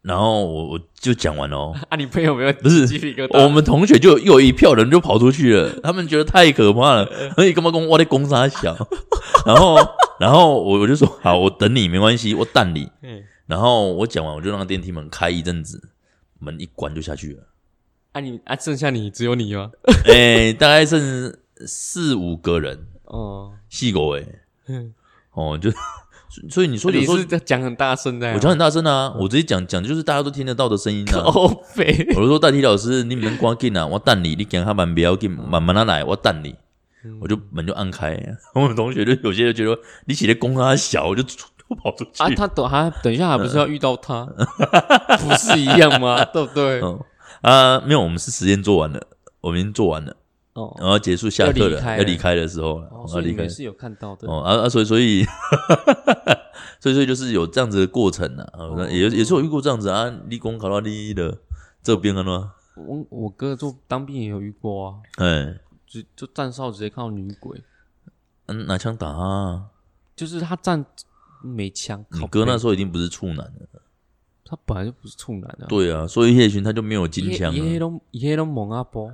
Speaker 1: 然后我我就讲完哦，
Speaker 2: 啊，你朋友有没有
Speaker 1: 不是
Speaker 2: 鸡皮疙瘩？
Speaker 1: 我们同学就又有一票人就跑出去 了，他们觉得太可怕了，而且干嘛跟我在攻杀小， 然后然后我我就说好，我等你没关系，我等你。
Speaker 2: 嘿
Speaker 1: 然后我讲完，我就让电梯门开一阵子，门一关就下去 了。
Speaker 2: 啊你啊，剩下你只有你吗？
Speaker 1: 哎、大概剩四五个人，
Speaker 2: 哦，
Speaker 1: 细狗哎，
Speaker 2: 嗯
Speaker 1: 哦，就所以你说有
Speaker 2: 你
Speaker 1: 时候
Speaker 2: 是在讲很大声的呀，
Speaker 1: 我讲很大声啊，我直接讲讲就是大家都听得到的声音啊。
Speaker 2: 欧 北，
Speaker 1: 我就说代替老师，你们关紧啊，我等你，你讲他蛮不要紧，慢慢的来，我等你
Speaker 2: 嗯。
Speaker 1: 我就门就按开， 我们同学就有些就觉得你起的功他小，我就出就跑出去。
Speaker 2: 啊，他等还等一下还
Speaker 1: 嗯
Speaker 2: 不是要遇 到他，不是一样吗？对不对？
Speaker 1: 嗯啊，没有，我们是实验做完了，我们已经做完了，
Speaker 2: 哦，
Speaker 1: 然后结束下课
Speaker 2: 要离开
Speaker 1: 了，
Speaker 2: 了
Speaker 1: 要离开的时候了，
Speaker 2: 哦
Speaker 1: 要
Speaker 2: 所以
Speaker 1: 离
Speaker 2: 你
Speaker 1: 开
Speaker 2: 们。是有看到的，
Speaker 1: 哦啊啊，所以所以 所以所以就是有这样子的过程呢，啊
Speaker 2: 哦
Speaker 1: 也有也是有遇过这样子啊，立功考到第一的这边啊了吗？
Speaker 2: 我我哥做当兵也有遇过啊，
Speaker 1: 哎，
Speaker 2: 就就站哨直接看到女鬼，
Speaker 1: 嗯，拿枪打啊！
Speaker 2: 就是他站没枪，
Speaker 1: 你
Speaker 2: 靠
Speaker 1: 哥那
Speaker 2: 背
Speaker 1: 时候一定不是处男了。
Speaker 2: 他本来就不是处男的，
Speaker 1: 对啊，所以叶群他就没有金
Speaker 2: 伊
Speaker 1: 枪
Speaker 2: 迄，伊迄
Speaker 1: 啊，
Speaker 2: 拢伊迄拢蒙阿波，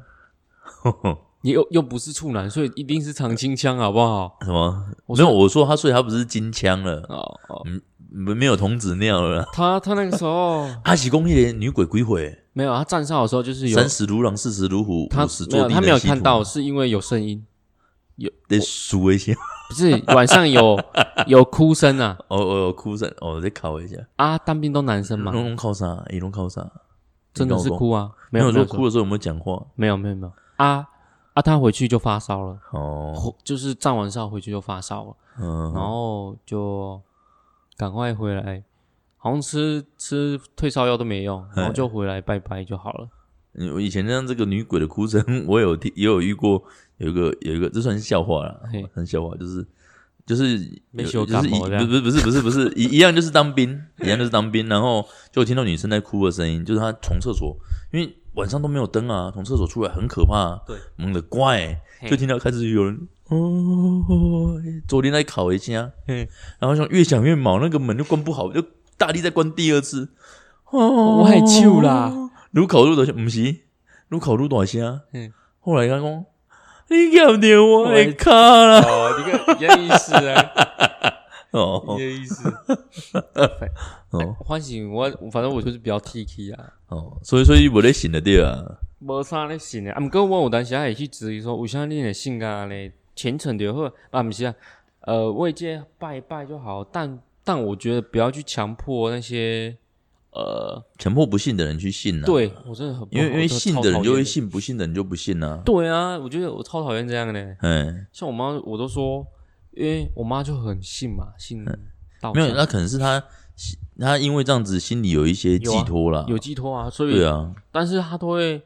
Speaker 2: 你又又不是处男，所以一定是长青枪，好不好？
Speaker 1: 什么？没有，我说他，所以他不是金枪了，
Speaker 2: 哦哦，
Speaker 1: 没没有童子尿了 啦。
Speaker 2: 他他那个时候
Speaker 1: 阿喜公夜女鬼鬼毁，
Speaker 2: 没有，他站哨的时候就是有
Speaker 1: 三十如狼，四十如虎，
Speaker 2: 他
Speaker 1: 五十
Speaker 2: 没
Speaker 1: 坐
Speaker 2: 有
Speaker 1: 地
Speaker 2: 他没有
Speaker 1: 能吸
Speaker 2: 看
Speaker 1: 土
Speaker 2: 到，，是因为有声音，
Speaker 1: 得数一下。
Speaker 2: 不是晚上有有哭声啊
Speaker 1: 哦哦，哭声，哦，再考一下。
Speaker 2: 啊！当兵都男生嘛，
Speaker 1: 龙龙靠啥？一龙靠啥？
Speaker 2: 真的是
Speaker 1: 嗯你跟我
Speaker 2: 哭
Speaker 1: 讲。
Speaker 2: 啊，
Speaker 1: 没
Speaker 2: 没
Speaker 1: 有说
Speaker 2: 有
Speaker 1: 哭，的时候有没有讲话？
Speaker 2: 没有没有没有啊啊！他回去就发烧了，
Speaker 1: 哦，
Speaker 2: 或就是站完哨回去就发烧了，然
Speaker 1: 嗯，
Speaker 2: 后就赶快回来，好像吃吃退烧药都没用，然后就回来拜拜就好了。
Speaker 1: 我以前像这个女鬼的哭声， 我有听，也有遇过，有一个有一个，这算是笑话啦
Speaker 2: 嘿，
Speaker 1: 算笑话，啊就是就是
Speaker 2: 没
Speaker 1: 有
Speaker 2: 修
Speaker 1: 就
Speaker 2: 感
Speaker 1: 是一
Speaker 2: 冒这样
Speaker 1: 不是不是不是不是一一样就是当兵， 一样就是当兵，然后就听到女生在哭的声音，就是她从厕所，因为晚上都没有灯啊，从厕所出来很可怕，
Speaker 2: 对，
Speaker 1: 猛的怪，
Speaker 2: 嘿
Speaker 1: 就听到开始有人哦，昨天在烤一下，
Speaker 2: 嘿
Speaker 1: 然后想越想越毛，那个门就关不好，就大力再关第二次，
Speaker 2: 我
Speaker 1: 哦，
Speaker 2: 害羞啦，
Speaker 1: 愈哭愈大声，毋是，愈哭愈大声。
Speaker 2: 嗯
Speaker 1: 后来他讲，你捡着我的卡啦。
Speaker 2: 哦，你个你的意思啊，
Speaker 1: 哦
Speaker 2: 你的意思。
Speaker 1: 哦
Speaker 2: 唤醒 我，反正我就是比较 T K 啊，
Speaker 1: 哦，所以所以无咧信的对啊。
Speaker 2: 无啥咧信的。啊，毋过我有当时也会去质疑说，为啥你的性格安尼虔诚就好？啊，毋是啊，呃，慰藉拜一拜就好，但但我觉得不要去强迫那些，呃，
Speaker 1: 强迫不信的人去信啊。，
Speaker 2: 对我真的很不
Speaker 1: 因为
Speaker 2: 好
Speaker 1: 因为
Speaker 2: 我真的
Speaker 1: 信
Speaker 2: 超
Speaker 1: 的
Speaker 2: 讨
Speaker 1: 人就
Speaker 2: 厌
Speaker 1: 会。信，不信的人就不信啊。
Speaker 2: 对啊，我觉得我超讨厌这样的。
Speaker 1: 哎，
Speaker 2: 像我妈，我都说，因为我妈就很信嘛，信道
Speaker 1: 嗯没有，
Speaker 2: 教
Speaker 1: 那可能是他他因为这样子心里有一些寄托啦。
Speaker 2: 有寄托啊，所以
Speaker 1: 对啊，
Speaker 2: 但是他都会，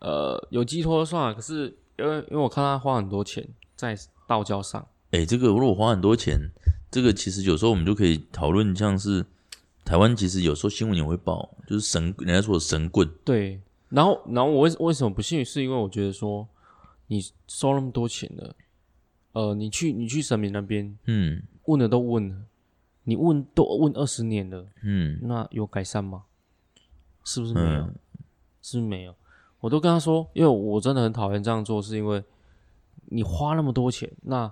Speaker 2: 呃，有寄托算了。可是因为因为我看他花很多钱在道教上，
Speaker 1: 哎，这个如果花很多钱，这个其实有时候我们就可以讨论，像是台湾其实有时候新闻也会报，就是神人家说的神棍。
Speaker 2: 对。然后，然后我为为什么不信？是因为我觉得说，你收那么多钱了，呃，你去你去神明那边
Speaker 1: 嗯
Speaker 2: 问了都问了，你问都问二十年了，
Speaker 1: 嗯
Speaker 2: 那有改善吗？是不是没有？
Speaker 1: 嗯，
Speaker 2: 是不是没有？我都跟他说，因为我真的很讨厌这样做，是因为你花那么多钱，那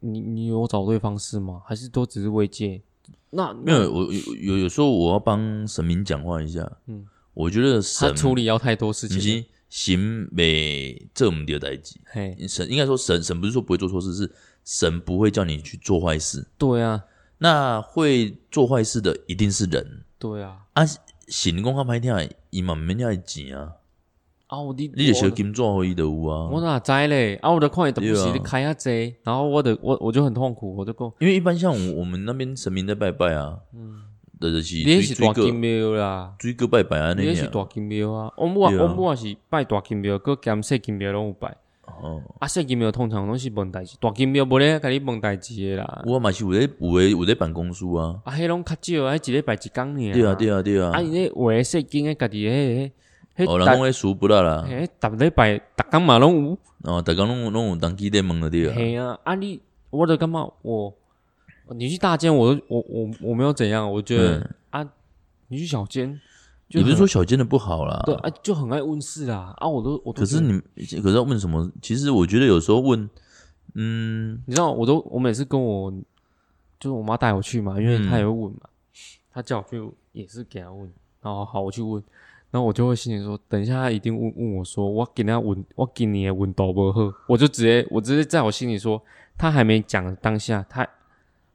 Speaker 2: 你你有找对方式吗？还是都只是慰藉？那
Speaker 1: 没有，我有有有时候我要帮神明讲话一下。嗯，我觉得
Speaker 2: 他
Speaker 1: 神
Speaker 2: 处理要太多事
Speaker 1: 不
Speaker 2: 情了，
Speaker 1: 是行没这我们的代际。
Speaker 2: 嘿，
Speaker 1: 神应该说神神不是说不会做错事，是神不会叫你去做坏事。
Speaker 2: 对啊，
Speaker 1: 那会做坏事的一定是人
Speaker 2: 对啊，
Speaker 1: 啊！行公他拍跳，伊嘛免遐钱啊！
Speaker 2: 啊，我你
Speaker 1: 你就
Speaker 2: 我
Speaker 1: 小金做回伊的有
Speaker 2: 我
Speaker 1: 啊！
Speaker 2: 哪知嘞？啊，我的看你的不
Speaker 1: 对啊
Speaker 2: 是你开下贼，然后我的我我就很痛苦，我就讲
Speaker 1: 因为一般像我我们那边神明在拜拜啊，嗯，就是
Speaker 2: 你那是
Speaker 1: 追
Speaker 2: 大金
Speaker 1: 个
Speaker 2: 庙啦，
Speaker 1: 追个拜拜啊
Speaker 2: 你
Speaker 1: 那
Speaker 2: 那是
Speaker 1: 样。
Speaker 2: 大金庙啊，我母啊
Speaker 1: 对啊
Speaker 2: 我母也是拜大金庙，佮兼小金庙拢有拜。
Speaker 1: 哦，
Speaker 2: 啊，小金庙通常拢是问代志，大金庙无咧甲你问代志的啦。
Speaker 1: 我嘛是有在有在有在办公室啊。
Speaker 2: 啊，迄拢较少，啊，迄一礼拜一工尔。
Speaker 1: 对啊，对
Speaker 2: 啊。
Speaker 1: 啊，对啊
Speaker 2: 啊，。伊咧画的细金诶，家己诶，迄
Speaker 1: 哦，人讲迄输不啦啦，
Speaker 2: 迄逐礼拜逐工嘛拢有。
Speaker 1: 哦，大家拢有拢有当机在问了对啊。
Speaker 2: 嘿啊，啊你，我就感觉我你去大间，我都我我我没有怎样，
Speaker 1: 嗯
Speaker 2: 我觉得、啊，你去小间，就
Speaker 1: 也不是
Speaker 2: 很
Speaker 1: 说小间的不好啦，
Speaker 2: 对啊，就很爱问事啦啊，我都我都
Speaker 1: 可是
Speaker 2: 觉得
Speaker 1: 你可是要问什么？其实我觉得有时候问，嗯，
Speaker 2: 你知道，我都我每次跟我就是我妈带我去嘛，因为她也会问嘛，她叫我去也是给她问，然后好我去问，然后我就会心里说，等一下她一定问问我说，我给她问我给你的问到不好，我就直接我直接在我心里说，她还没讲当下，她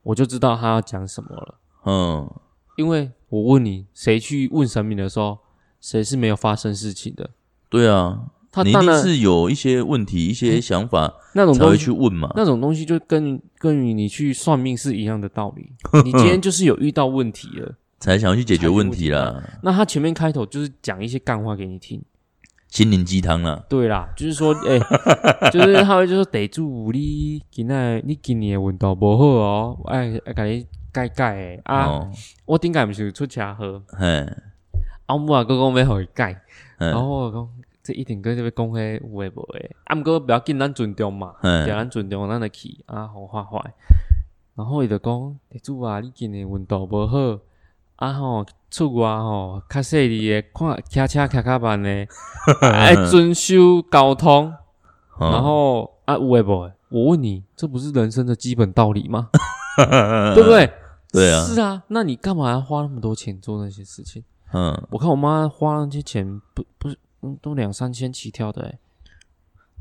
Speaker 2: 我就知道她要讲什么了。
Speaker 1: 嗯，
Speaker 2: 因为我问你，谁去问神明的时候，谁是没有发生事情的？
Speaker 1: 对啊，
Speaker 2: 他
Speaker 1: 你一
Speaker 2: 当
Speaker 1: 定
Speaker 2: 然
Speaker 1: 是有一些问题、一些想法
Speaker 2: 那种
Speaker 1: 才
Speaker 2: 东
Speaker 1: 会
Speaker 2: 西，
Speaker 1: 去问嘛。
Speaker 2: 那种东西就跟跟于你去算命是一样的道理。 你今天就是有遇到问 题了，
Speaker 1: 才想要去解决问题啦，
Speaker 2: 那他前面开头就是讲一些干话给你听。
Speaker 1: 心灵鸡汤啦。
Speaker 2: 对啦，就是说， 哎、就是他会就说得住你今仔你今年的运道不好哦，哎，哎，给你改改的啊。
Speaker 1: 哦，
Speaker 2: 我顶解不是有出车祸，
Speaker 1: 嘿，
Speaker 2: 啊，我阿哥讲要互伊改，
Speaker 1: 嗯
Speaker 2: 然后我就讲这一定跟这边讲迄有诶无诶，啊，毋过不要紧，咱尊重嘛，
Speaker 1: 嗯
Speaker 2: 对，咱尊重咱就去啊，互画画。然后伊就讲，地主啊，你今年运动无好，啊吼，出外吼，较细腻诶，看骑车骑较慢 诶，爱遵守交通。
Speaker 1: 哦
Speaker 2: 然后啊，有诶无诶，我问你，这不是人生的基本道 理吗？对不对？
Speaker 1: 对啊
Speaker 2: 是啊，那你干嘛要花那么多钱做那些事情？
Speaker 1: 嗯，
Speaker 2: 我看我妈花那些钱不不是嗯都两三千起跳的、欸，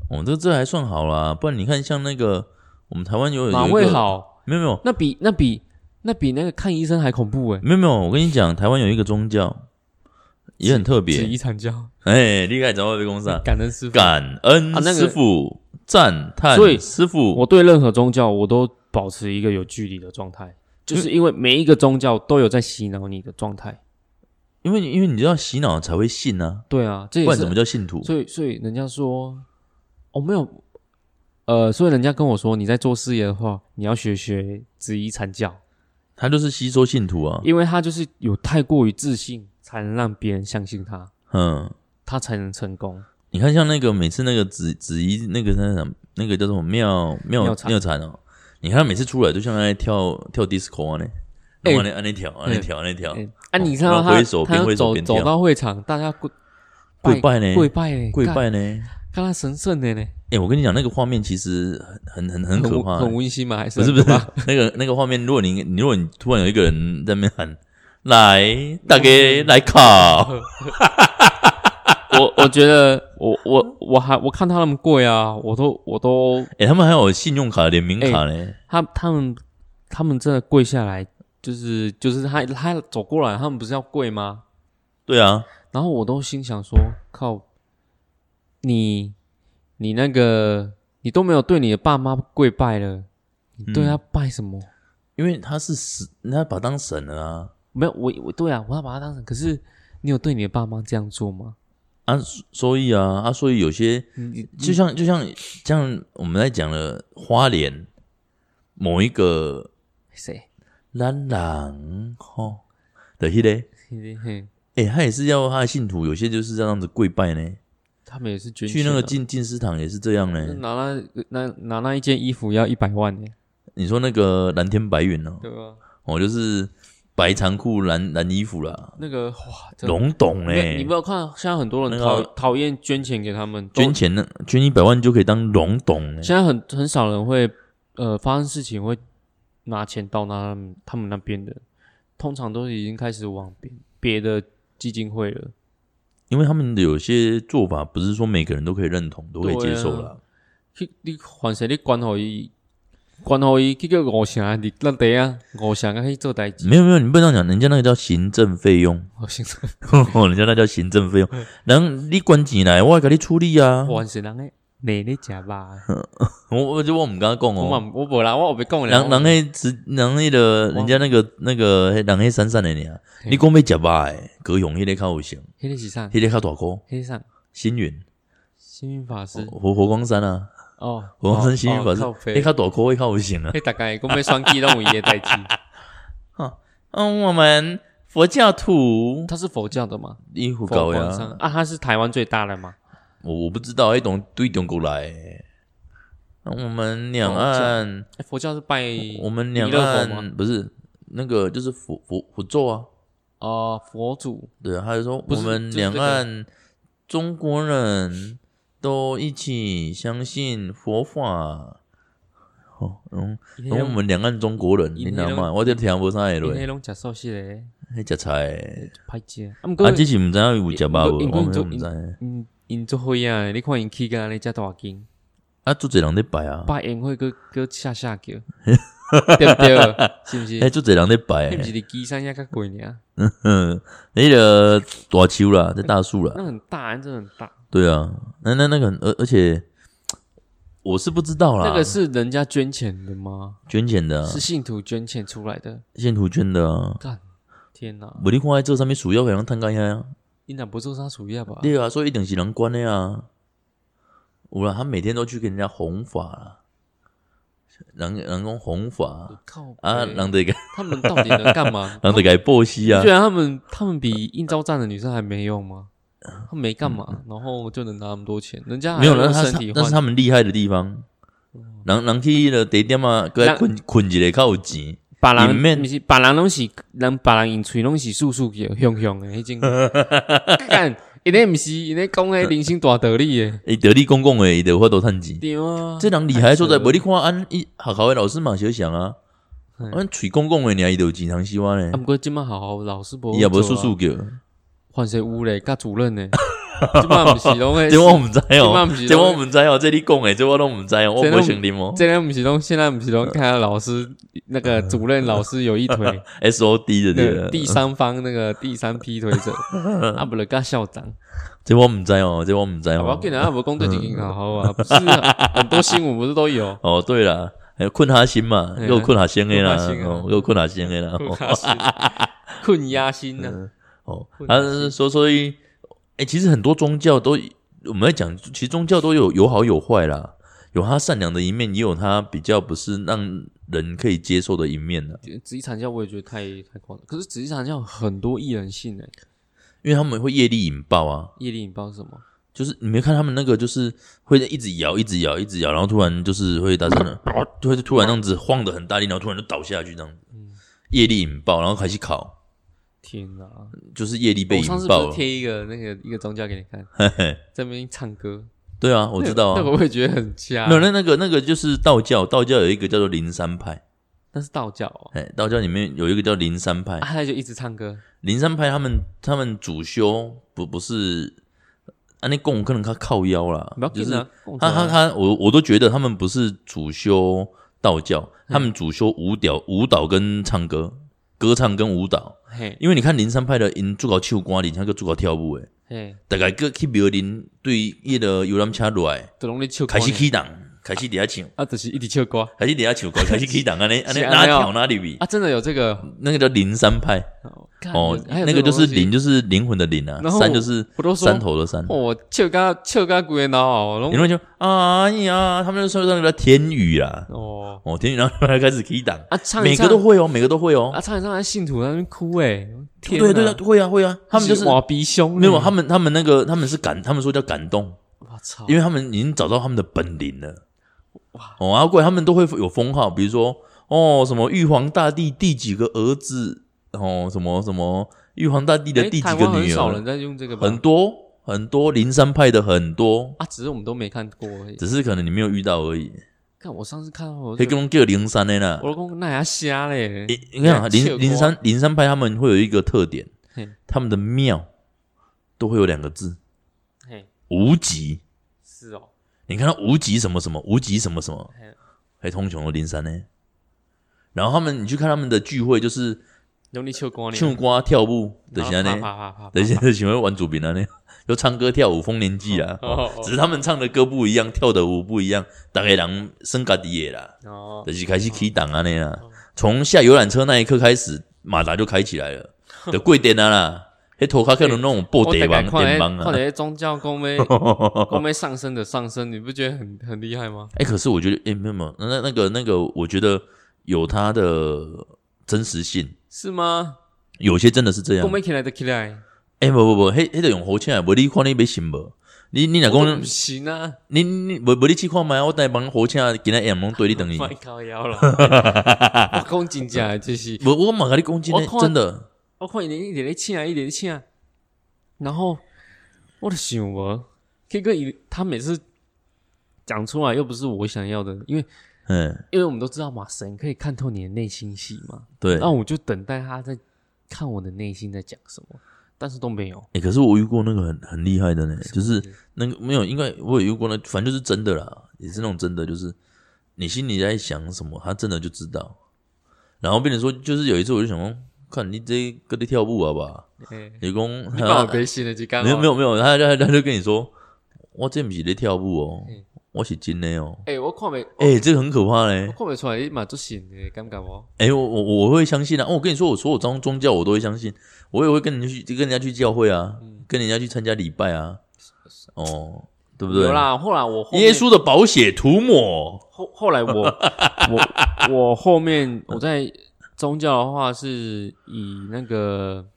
Speaker 1: 我哦这这还算好啦，不然你看像那个我们台湾有有
Speaker 2: 哪
Speaker 1: 一
Speaker 2: 会
Speaker 1: 个
Speaker 2: 好？
Speaker 1: 没有没有
Speaker 2: 那比那比那比那个看医生还恐怖哎、
Speaker 1: 没有没有，我跟你讲，台湾有一个宗教也很特
Speaker 2: 欸！
Speaker 1: 别，
Speaker 2: 遗 产教
Speaker 1: 哎，厉害，找我被攻上，
Speaker 2: 感恩师傅，
Speaker 1: 感
Speaker 2: 啊
Speaker 1: 恩
Speaker 2: 那个
Speaker 1: 师傅，赞叹
Speaker 2: 所以
Speaker 1: 师傅，
Speaker 2: 我对任何宗教我都保持一个有距离的状态，就是因为每一个宗教都有在洗脑你的状态。
Speaker 1: 因为你因为你要洗脑才会信啊，
Speaker 2: 对啊，这
Speaker 1: 不
Speaker 2: 也
Speaker 1: 然怎
Speaker 2: 是
Speaker 1: 么叫信徒？
Speaker 2: 所以所以人家说我、哦、没有。呃，所以人家跟我说，你在做事业的话，你要学学子遗产教，
Speaker 1: 他就是吸收信徒啊，
Speaker 2: 因为他就是有太过于自信，才能让别人相信他，
Speaker 1: 嗯。
Speaker 2: 他才能成功。
Speaker 1: 你看，像那个每次那个子子怡那个那个什么那个叫什么妙妙
Speaker 2: 妙禅
Speaker 1: 妙禅哦，你看他每次出来就像在跳跳 disco 啊呢，
Speaker 2: 哎
Speaker 1: 然后那那跳啊那跳啊那跳，
Speaker 2: 欸啊，你
Speaker 1: 哦
Speaker 2: 看到
Speaker 1: 然后
Speaker 2: 他，
Speaker 1: 挥手
Speaker 2: 他
Speaker 1: 边
Speaker 2: 要
Speaker 1: 挥手
Speaker 2: 走
Speaker 1: 边
Speaker 2: 走
Speaker 1: 跳
Speaker 2: 到会场，大家跪
Speaker 1: 跪拜呢
Speaker 2: 跪拜嘞，
Speaker 1: 跪
Speaker 2: 干，
Speaker 1: 拜呢。
Speaker 2: 看他神圣的呢，
Speaker 1: 哎，我跟你讲，那个画面其实很很很很可
Speaker 2: 温
Speaker 1: 怕
Speaker 2: 很
Speaker 1: 欸，
Speaker 2: 温馨嘛，还是
Speaker 1: 不是
Speaker 2: 很
Speaker 1: 不是
Speaker 2: 可怕
Speaker 1: 那个那个画面，如果你你如果你突然有一个人在那边喊来大家来 考，
Speaker 2: 我我觉得我我我还我看他们跪啊，我都我都
Speaker 1: 哎，他们还有信用卡联名卡呢，
Speaker 2: 他他们他们真的跪下来，就是就是他他走过来，他们不是要跪吗？
Speaker 1: 对啊，
Speaker 2: 然后我都心想说，靠，你你那个你都没有对你的爸妈跪拜了，你对他拜什么？
Speaker 1: 因为他是神，他把他当神了啊。
Speaker 2: 没有，我我对啊，我要把他当成。可是你有对你的爸妈这样做吗？
Speaker 1: 啊，所以啊，啊，所以有些
Speaker 2: 你
Speaker 1: 就像就像像我们在讲的花莲某一个
Speaker 2: 谁？
Speaker 1: 咱人吼的迄个，
Speaker 2: 嘿嘿
Speaker 1: 诶、他也是要他的信徒，有些就是这样子跪拜呢，
Speaker 2: 他们也是捐
Speaker 1: 去
Speaker 2: 钱
Speaker 1: 那个
Speaker 2: 啊
Speaker 1: 进进师堂也是这样呢。
Speaker 2: 拿那拿拿那一件衣服要一百万呢、
Speaker 1: 你说那个蓝天白云哦，
Speaker 2: 对吧？
Speaker 1: 哦，就是白长裤、蓝蓝衣服啦，
Speaker 2: 那个哇，真的
Speaker 1: 龙董
Speaker 2: 没有你
Speaker 1: 嘞
Speaker 2: 没，有看，现在很多人
Speaker 1: 那
Speaker 2: 讨
Speaker 1: 个
Speaker 2: 讨厌捐钱给他们，都
Speaker 1: 捐钱呢，捐一百万就可以当龙董嘞，
Speaker 2: 现在很很少人会呃发生事情会拿钱到那他们他们那边的，通常都是已经开始往别别的基金会了。
Speaker 1: 因为他们的有些做法不是说每个人都可以认同、都可以接受啦。
Speaker 2: 去你反正你管好伊，管好伊，去叫五成你那得啊，五成啊去做代志。
Speaker 1: 没有没有，你不能这样讲，人家那个叫行政费用，
Speaker 2: 我先说，
Speaker 1: 人家那叫行政费用。然后你管钱来，我会给你处理啊。
Speaker 2: 我是 人诶，你咧食吧？
Speaker 1: 哦我我就我们刚刚讲
Speaker 2: 我
Speaker 1: 哦，
Speaker 2: 嘛我无啦，我后边讲
Speaker 1: 人人
Speaker 2: 诶，
Speaker 1: 那直人那个人家那个那个人那闪闪的尔，你讲要食肉诶，高雄迄个较有型，
Speaker 2: 迄个是啥？
Speaker 1: 迄个较大颗，
Speaker 2: 迄个是啥？
Speaker 1: 星云
Speaker 2: 幸运法师
Speaker 1: 佛佛光山啊，
Speaker 2: 哦，
Speaker 1: 佛光山
Speaker 2: 哦
Speaker 1: 星云哎
Speaker 2: 哦
Speaker 1: 法师，
Speaker 2: 靠
Speaker 1: 迄
Speaker 2: 背
Speaker 1: 较大颗，迄较有型啊。
Speaker 2: 迄大概讲要双击拢有伊诶代志。
Speaker 1: 嗯，我们佛教徒
Speaker 2: 他是佛教的嘛？
Speaker 1: 伊有
Speaker 2: 佛
Speaker 1: 搞
Speaker 2: 光山
Speaker 1: 呀，
Speaker 2: 啊，他是台湾最大的嘛？
Speaker 1: 我我不知道，迄种对中国来的。那我们两岸，
Speaker 2: 诶哎佛教是拜
Speaker 1: 我们两
Speaker 2: 弥勒佛
Speaker 1: 岸不是那个就是佛佛佛咒啊，
Speaker 2: 哦佛祖
Speaker 1: 对啊，他就说
Speaker 2: 不
Speaker 1: 我
Speaker 2: 是
Speaker 1: 们
Speaker 2: 就是
Speaker 1: 两
Speaker 2: 这个
Speaker 1: 岸中国人都一起相信佛法。哦，嗯，然后我们两岸中国人，你
Speaker 2: 因
Speaker 1: 知
Speaker 2: 为
Speaker 1: 道
Speaker 2: 拢
Speaker 1: 吗？我就听无啥下
Speaker 2: 因为
Speaker 1: 落，
Speaker 2: 拢食素食嘞，
Speaker 1: 迄食菜，
Speaker 2: 歹食。啊，毋过
Speaker 1: 啊，只是毋知影有食肉无，
Speaker 2: 因
Speaker 1: 我们
Speaker 2: 为因为
Speaker 1: 都毋知。
Speaker 2: 因因做伙啊，你看因起甲安尼遮大间，
Speaker 1: 啊，做侪人咧拜啊，
Speaker 2: 拜宴会佫佫下下叫， 对不对？是毋是？
Speaker 1: 哎，做侪人咧拜
Speaker 2: 你毋
Speaker 1: 欸，
Speaker 2: 是离基山遐较贵尔？
Speaker 1: 嗯，那个大树啦，这大树啦，
Speaker 2: 那很大，那真的很大。
Speaker 1: 对啊，那那那个很，而而且我是不知道啦，
Speaker 2: 那个是人家捐钱的吗？
Speaker 1: 捐钱的啊，
Speaker 2: 是信徒捐钱出来的。
Speaker 1: 信徒捐的啊，
Speaker 2: 干，天哪！
Speaker 1: 无你看在这上面树要给人摊开呀，
Speaker 2: 啊因若不做啥暑假吧？
Speaker 1: 对啊，所以一定是人管的啊。有啦，他每天都去给人家弘法啦，人人讲弘法
Speaker 2: 靠北
Speaker 1: 啊，人得给？
Speaker 2: 他们到底能干 嘛
Speaker 1: 人得给报喜啊
Speaker 2: 居，然他们他们比应招站的女生还没用吗？他们没干嘛，然后就能拿那么多钱，人家
Speaker 1: 嗯
Speaker 2: 还
Speaker 1: 没有
Speaker 2: 用
Speaker 1: 了，那
Speaker 2: 啊身
Speaker 1: 是他
Speaker 2: 体
Speaker 1: 那
Speaker 2: 换哦
Speaker 1: 是他们厉害的地方。人人去了地点啊，搁来
Speaker 2: 人
Speaker 1: 困困一个较有钱。
Speaker 2: 把
Speaker 1: 里面
Speaker 2: 人不是把人拢是人把人用嘴拢是素素的凶凶的迄种，干，因咧毋是因咧讲迄人生大道理的，
Speaker 1: 伊得你公共诶，伊得法度趁钱。
Speaker 2: 对啊，
Speaker 1: 这人厉害所在，
Speaker 2: 太扯了
Speaker 1: 无你看安伊学校诶老师嘛，小想啊，
Speaker 2: 嗯
Speaker 1: 俺喙公公诶，尔伊就有钱通洗碗咧
Speaker 2: 啊，，毋过即摆好好老师无，啊
Speaker 1: 伊也无叔叔，叫，
Speaker 2: 换谁有咧，甲主 任咧，即摆毋是拢诶
Speaker 1: 这，我毋知哦
Speaker 2: 这嘛不，是
Speaker 1: 这我毋知哦，这你讲诶，这我拢毋知哦，我
Speaker 2: 这
Speaker 1: 无
Speaker 2: 拢
Speaker 1: 想啉哦
Speaker 2: 这个毋是拢现在毋是拢看到老师那个主任老师有 一腿，
Speaker 1: ，S O D 的这
Speaker 2: 对
Speaker 1: 个，
Speaker 2: 第三方那个第三劈腿 者，啊不勒甲校长，
Speaker 1: 这我毋知哦，这我毋知
Speaker 2: 好吧，
Speaker 1: 哦
Speaker 2: 跟。人家无讲对几个好好啊，不是啊很多新闻不是都有，
Speaker 1: 哦，对啦，还有困哈心嘛，
Speaker 2: 哎呀
Speaker 1: 又困哈心诶啦，
Speaker 2: 困哈心啊
Speaker 1: 哦，又困哈心诶啦， 哦
Speaker 2: 困压心啊呐，
Speaker 1: 哦，
Speaker 2: 困
Speaker 1: 啊
Speaker 2: 哈心，
Speaker 1: 所所以，哎，其实很多宗教都我们在讲，其实宗教都有有好有坏啦。有它善良的一面，也有它比较不是让人可以接受的一面的，
Speaker 2: 子己产教我也觉得太太夸张，可是子己产教很多艺人性诶，
Speaker 1: 因为他们会业力引爆啊，
Speaker 2: 业力引爆是什么？
Speaker 1: 就是你没看他们那个，就是会一直摇，一直摇，一直摇，然后突然就是会大声 的，就会突然那样子晃的很大力，然后突然就倒下去这样子，业力引爆，然后开始烤，
Speaker 2: 天哪！
Speaker 1: 就是业力被
Speaker 2: 我
Speaker 1: 引
Speaker 2: 上次
Speaker 1: 爆
Speaker 2: 不是
Speaker 1: 了。
Speaker 2: 贴一个那个一个宗教给你看，
Speaker 1: 嘿嘿，
Speaker 2: 在那边唱歌，
Speaker 1: 对啊，我知道啊
Speaker 2: 那个，我也觉得很瞎
Speaker 1: 没，有那那个那个就是道教，道教有一个叫做灵山派，
Speaker 2: 那是道教哦，
Speaker 1: 哎，道教里面有一个叫灵山派
Speaker 2: 啊，，他就一直唱歌，
Speaker 1: 灵山派他们他们主修不不是，啊，那供可能他靠腰啦
Speaker 2: 不要，
Speaker 1: 就
Speaker 2: 紧
Speaker 1: 是
Speaker 2: 啊，共存
Speaker 1: 他
Speaker 2: 啊
Speaker 1: 他他，我我都觉得他们不是主修道教，
Speaker 2: 嗯
Speaker 1: 他们主修舞蹈、舞蹈跟唱歌、歌唱跟舞蹈。
Speaker 2: 嘿
Speaker 1: 因为你看灵山派的，因做搞唱歌，而且个做搞跳舞诶，
Speaker 2: 嘿，
Speaker 1: 大概个去庙林对迄个游览车落来，
Speaker 2: 都拢咧唱歌
Speaker 1: 开始
Speaker 2: 呢
Speaker 1: 起动，开始底下唱，
Speaker 2: 啊，就是一直唱歌
Speaker 1: 开始底下唱歌，开始起动，安尼安尼
Speaker 2: 是
Speaker 1: 哪
Speaker 2: 安尼哦
Speaker 1: 跳哪里比，
Speaker 2: 啊，真的有这个
Speaker 1: 那个叫灵山派哦，那个就是，灵，
Speaker 2: 干
Speaker 1: 就是灵魂的灵啊
Speaker 2: 然，后
Speaker 1: 山就是
Speaker 2: 我都说
Speaker 1: 山头的山。
Speaker 2: 还有这种东西哦，笑嘎笑嘎鬼脑哦，
Speaker 1: 你
Speaker 2: 拢
Speaker 1: 们就啊哎呀，他们就说那个叫天语啦，
Speaker 2: 哦
Speaker 1: 哦天语，然后突然开始起动。
Speaker 2: 啊，唱一
Speaker 1: 每
Speaker 2: 唱
Speaker 1: 个都会哦，每个都会哦。
Speaker 2: 啊，唱一唱，还信徒在那边哭哎，天哪
Speaker 1: 对对，对，会啊会啊，他们就是
Speaker 2: 哇嗯鼻凶，哎
Speaker 1: 没有他，们他们那个他们是感，他们说叫感动，
Speaker 2: 我操，
Speaker 1: 因
Speaker 2: 为
Speaker 1: 为他们已经找到他们的本领了。哇！哦，阿贵他们都会有封号，比如说哦什么玉皇大帝第几个儿子，哦什么什么玉皇大帝的第几个
Speaker 2: 哎很
Speaker 1: 女
Speaker 2: 少人
Speaker 1: 儿，
Speaker 2: 在用这个吧
Speaker 1: 很多很多灵山派的很多，
Speaker 2: 啊，只是我们都没看过而已，
Speaker 1: 只是可能你没有遇到而已。
Speaker 2: 看我上次看到我
Speaker 1: 黑
Speaker 2: 就，
Speaker 1: 公叫零三的啦。
Speaker 2: 我老公那也瞎嘞，
Speaker 1: 你你看啊
Speaker 2: 切
Speaker 1: 零
Speaker 2: 瓜
Speaker 1: 零三零三派他们会有一个特点
Speaker 2: 嘿，
Speaker 1: 他们的庙都会有两个字
Speaker 2: 嘿，
Speaker 1: 无极。
Speaker 2: 是哦，
Speaker 1: 你看到无极什么什么，无极什么什么
Speaker 2: 嘿，
Speaker 1: 还通穷的零三呢。然后他们，你去看他们的聚会，就是
Speaker 2: 用力秋光呢，
Speaker 1: 唱歌跳舞的
Speaker 2: 然后
Speaker 1: 现在呢，
Speaker 2: 啪啪啪啪啪，
Speaker 1: 的现在喜欢玩主饼啊 呢，就唱歌跳舞丰年祭啊，
Speaker 2: 哦哦
Speaker 1: 只是他们唱的歌不一样，跳的舞不一样，大概人生家底的啦，
Speaker 2: 哦，
Speaker 1: 就是开始起档啊那啦。从下游览车那一刻开始，马达就开起来了，的贵点啊啦，黑头卡可能那种布
Speaker 2: 我
Speaker 1: 袋
Speaker 2: 大概
Speaker 1: 王
Speaker 2: 看
Speaker 1: 电
Speaker 2: 那
Speaker 1: 棒
Speaker 2: 看
Speaker 1: 啊。
Speaker 2: 那宗教公 妹公妹上升的上升，你不觉得很很厉害吗？
Speaker 1: 哎、可是我觉得，哎、没有没有，那那那个那个，我觉得有它的真实性，
Speaker 2: 是吗？
Speaker 1: 有些真的是这样
Speaker 2: 公。妹起来的起来，
Speaker 1: 哎、不不不，迄迄个用火车，无你看你要信无？你你若
Speaker 2: 我
Speaker 1: 讲
Speaker 2: 不，行啊，
Speaker 1: 你你无无你去看麦，我等下帮火车今仔下暝对你等伊。
Speaker 2: 快靠腰 了，我讲真正的就是。
Speaker 1: 无我嘛甲你讲真
Speaker 2: 我
Speaker 1: 诶，
Speaker 2: 看
Speaker 1: 真的，
Speaker 2: 我看伊一直咧请，一直咧请，啊然后我就想无，结果伊他每次讲出来又不是我想要的，因为
Speaker 1: 嗯，
Speaker 2: 因为我们都知道嘛，神可以看透你的内心戏嘛，
Speaker 1: 对。
Speaker 2: 那我就等待他在看我的内心在讲什么，但是都没有。
Speaker 1: 哎、可是我遇过那个很很厉害的呢，就是那个没有，应该我有遇过那，反正就是真的啦，也是那种真的，就是你心里在想什么，他真的就知道。然后变成说，就是有一次我就想说，看你这跟你跳舞好吧？
Speaker 2: 欸、
Speaker 1: 你讲
Speaker 2: 你把我背心了，就刚
Speaker 1: 没有没
Speaker 2: 有。
Speaker 1: 有没有，他他他就跟你说，我这不是在跳舞哦，
Speaker 2: 嗯
Speaker 1: 我是真的哦。
Speaker 2: 哎、我看没，
Speaker 1: 哎、这个很可怕嘞
Speaker 2: 我！看没出来，你嘛做神的感觉无？
Speaker 1: 哎、我我我会相信啊！哦，我跟你说，我所有宗宗教我都会相信，我也会跟人去跟人家去教会啊，
Speaker 2: 嗯
Speaker 1: 跟人家去参加礼拜啊，哦，对不对？
Speaker 2: 有啦，后来我后面
Speaker 1: 耶稣的宝血涂抹，
Speaker 2: 后 后来我我我后面我在宗教的话是以那个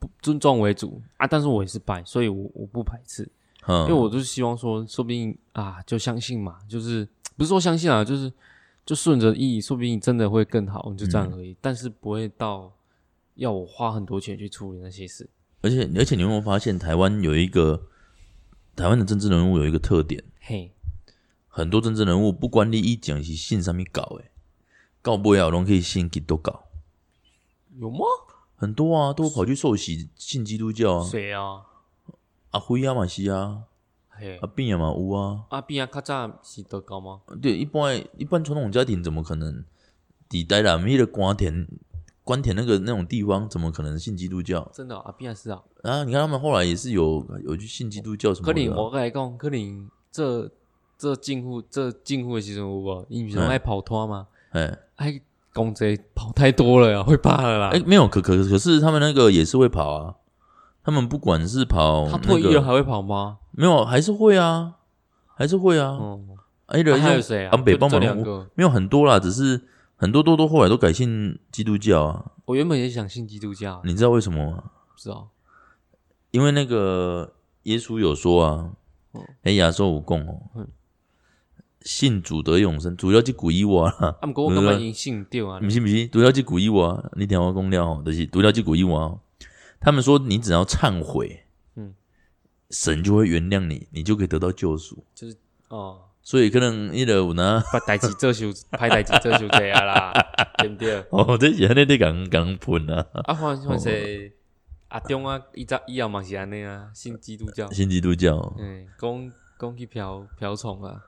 Speaker 2: 不尊重为主啊，但是我也是拜，所以我我不排斥，因为
Speaker 1: 嗯，
Speaker 2: 我就是希望说，说不定啊就相信嘛，就是不是说相信啊，就是就顺着意，说不定真的会更好，就
Speaker 1: 嗯
Speaker 2: 这样而已，但是不会到要我花很多钱去处理那些事。
Speaker 1: 而且而且你有没有发现，台湾有一个台湾的政治人物有一个特点，
Speaker 2: 嘿，
Speaker 1: 很多政治人物不管你一讲是信上面搞，诶，搞不了拢可以信基督教，
Speaker 2: 有吗？
Speaker 1: 很多啊，都跑去受洗信基督教啊，
Speaker 2: 谁啊？
Speaker 1: 阿辉啊嘛是啊，
Speaker 2: 嘿
Speaker 1: 阿，病也嘛有啊，
Speaker 2: 阿比啊，卡扎是德高吗？
Speaker 1: 对，一般的一般传统家庭怎么可能抵待啦？那个瓜田关田那个那种地方，怎么可能信基督教
Speaker 2: 真的哦、阿比啊是啊，
Speaker 1: 啊？你看他们后来也是有有去信基督教什么
Speaker 2: 可
Speaker 1: 的
Speaker 2: 能
Speaker 1: 啊、
Speaker 2: 我跟你讲，可能这这进户这进户的时阵有无？因为
Speaker 1: 嗯
Speaker 2: 爱跑脱嘛，
Speaker 1: 哎、
Speaker 2: 爱讲这跑太多了，啊会怕了啦。
Speaker 1: 哎、没有，可可可是他们那个也是会跑啊。他们不管是跑
Speaker 2: 他
Speaker 1: 那
Speaker 2: 退役了
Speaker 1: 个，
Speaker 2: 还会跑吗？
Speaker 1: 没有还是会啊，还是会啊。
Speaker 2: 嗯，
Speaker 1: 哎、
Speaker 2: 啊
Speaker 1: 对，
Speaker 2: 还有
Speaker 1: 像
Speaker 2: 谁啊？
Speaker 1: 往北
Speaker 2: 就
Speaker 1: 帮
Speaker 2: 这
Speaker 1: 忙
Speaker 2: 两个，
Speaker 1: 没有很多啦，只是很多多多后来都改信基督教啊。
Speaker 2: 我原本也想信基督教，啊
Speaker 1: 你知道为什么吗？
Speaker 2: 不知道
Speaker 1: 因为那个耶稣有说啊
Speaker 2: 嗯，
Speaker 1: 哎、亚洲无共哦
Speaker 2: 嗯，
Speaker 1: 信主得永生，主要去鼓励我啦。
Speaker 2: 啊，不过我根本已经信掉 啊
Speaker 1: 不。是不是，读了这古一我，啊你听我讲了吼，就是读了这古一我哦，他们说你只要忏悔，
Speaker 2: 嗯，
Speaker 1: 神就会原谅你，你就可以得到救赎。
Speaker 2: 哦，
Speaker 1: 所以可能那个有呢，
Speaker 2: 把代志做修，拍代志做修这样 啦，对不对？
Speaker 1: 哦，这是那得讲讲喷啊，
Speaker 2: 啊，换换谁？阿中啊，伊早以后嘛是安尼啊，信基督教，
Speaker 1: 新基督教。
Speaker 2: 嗯，讲讲去嫖嫖宠啊，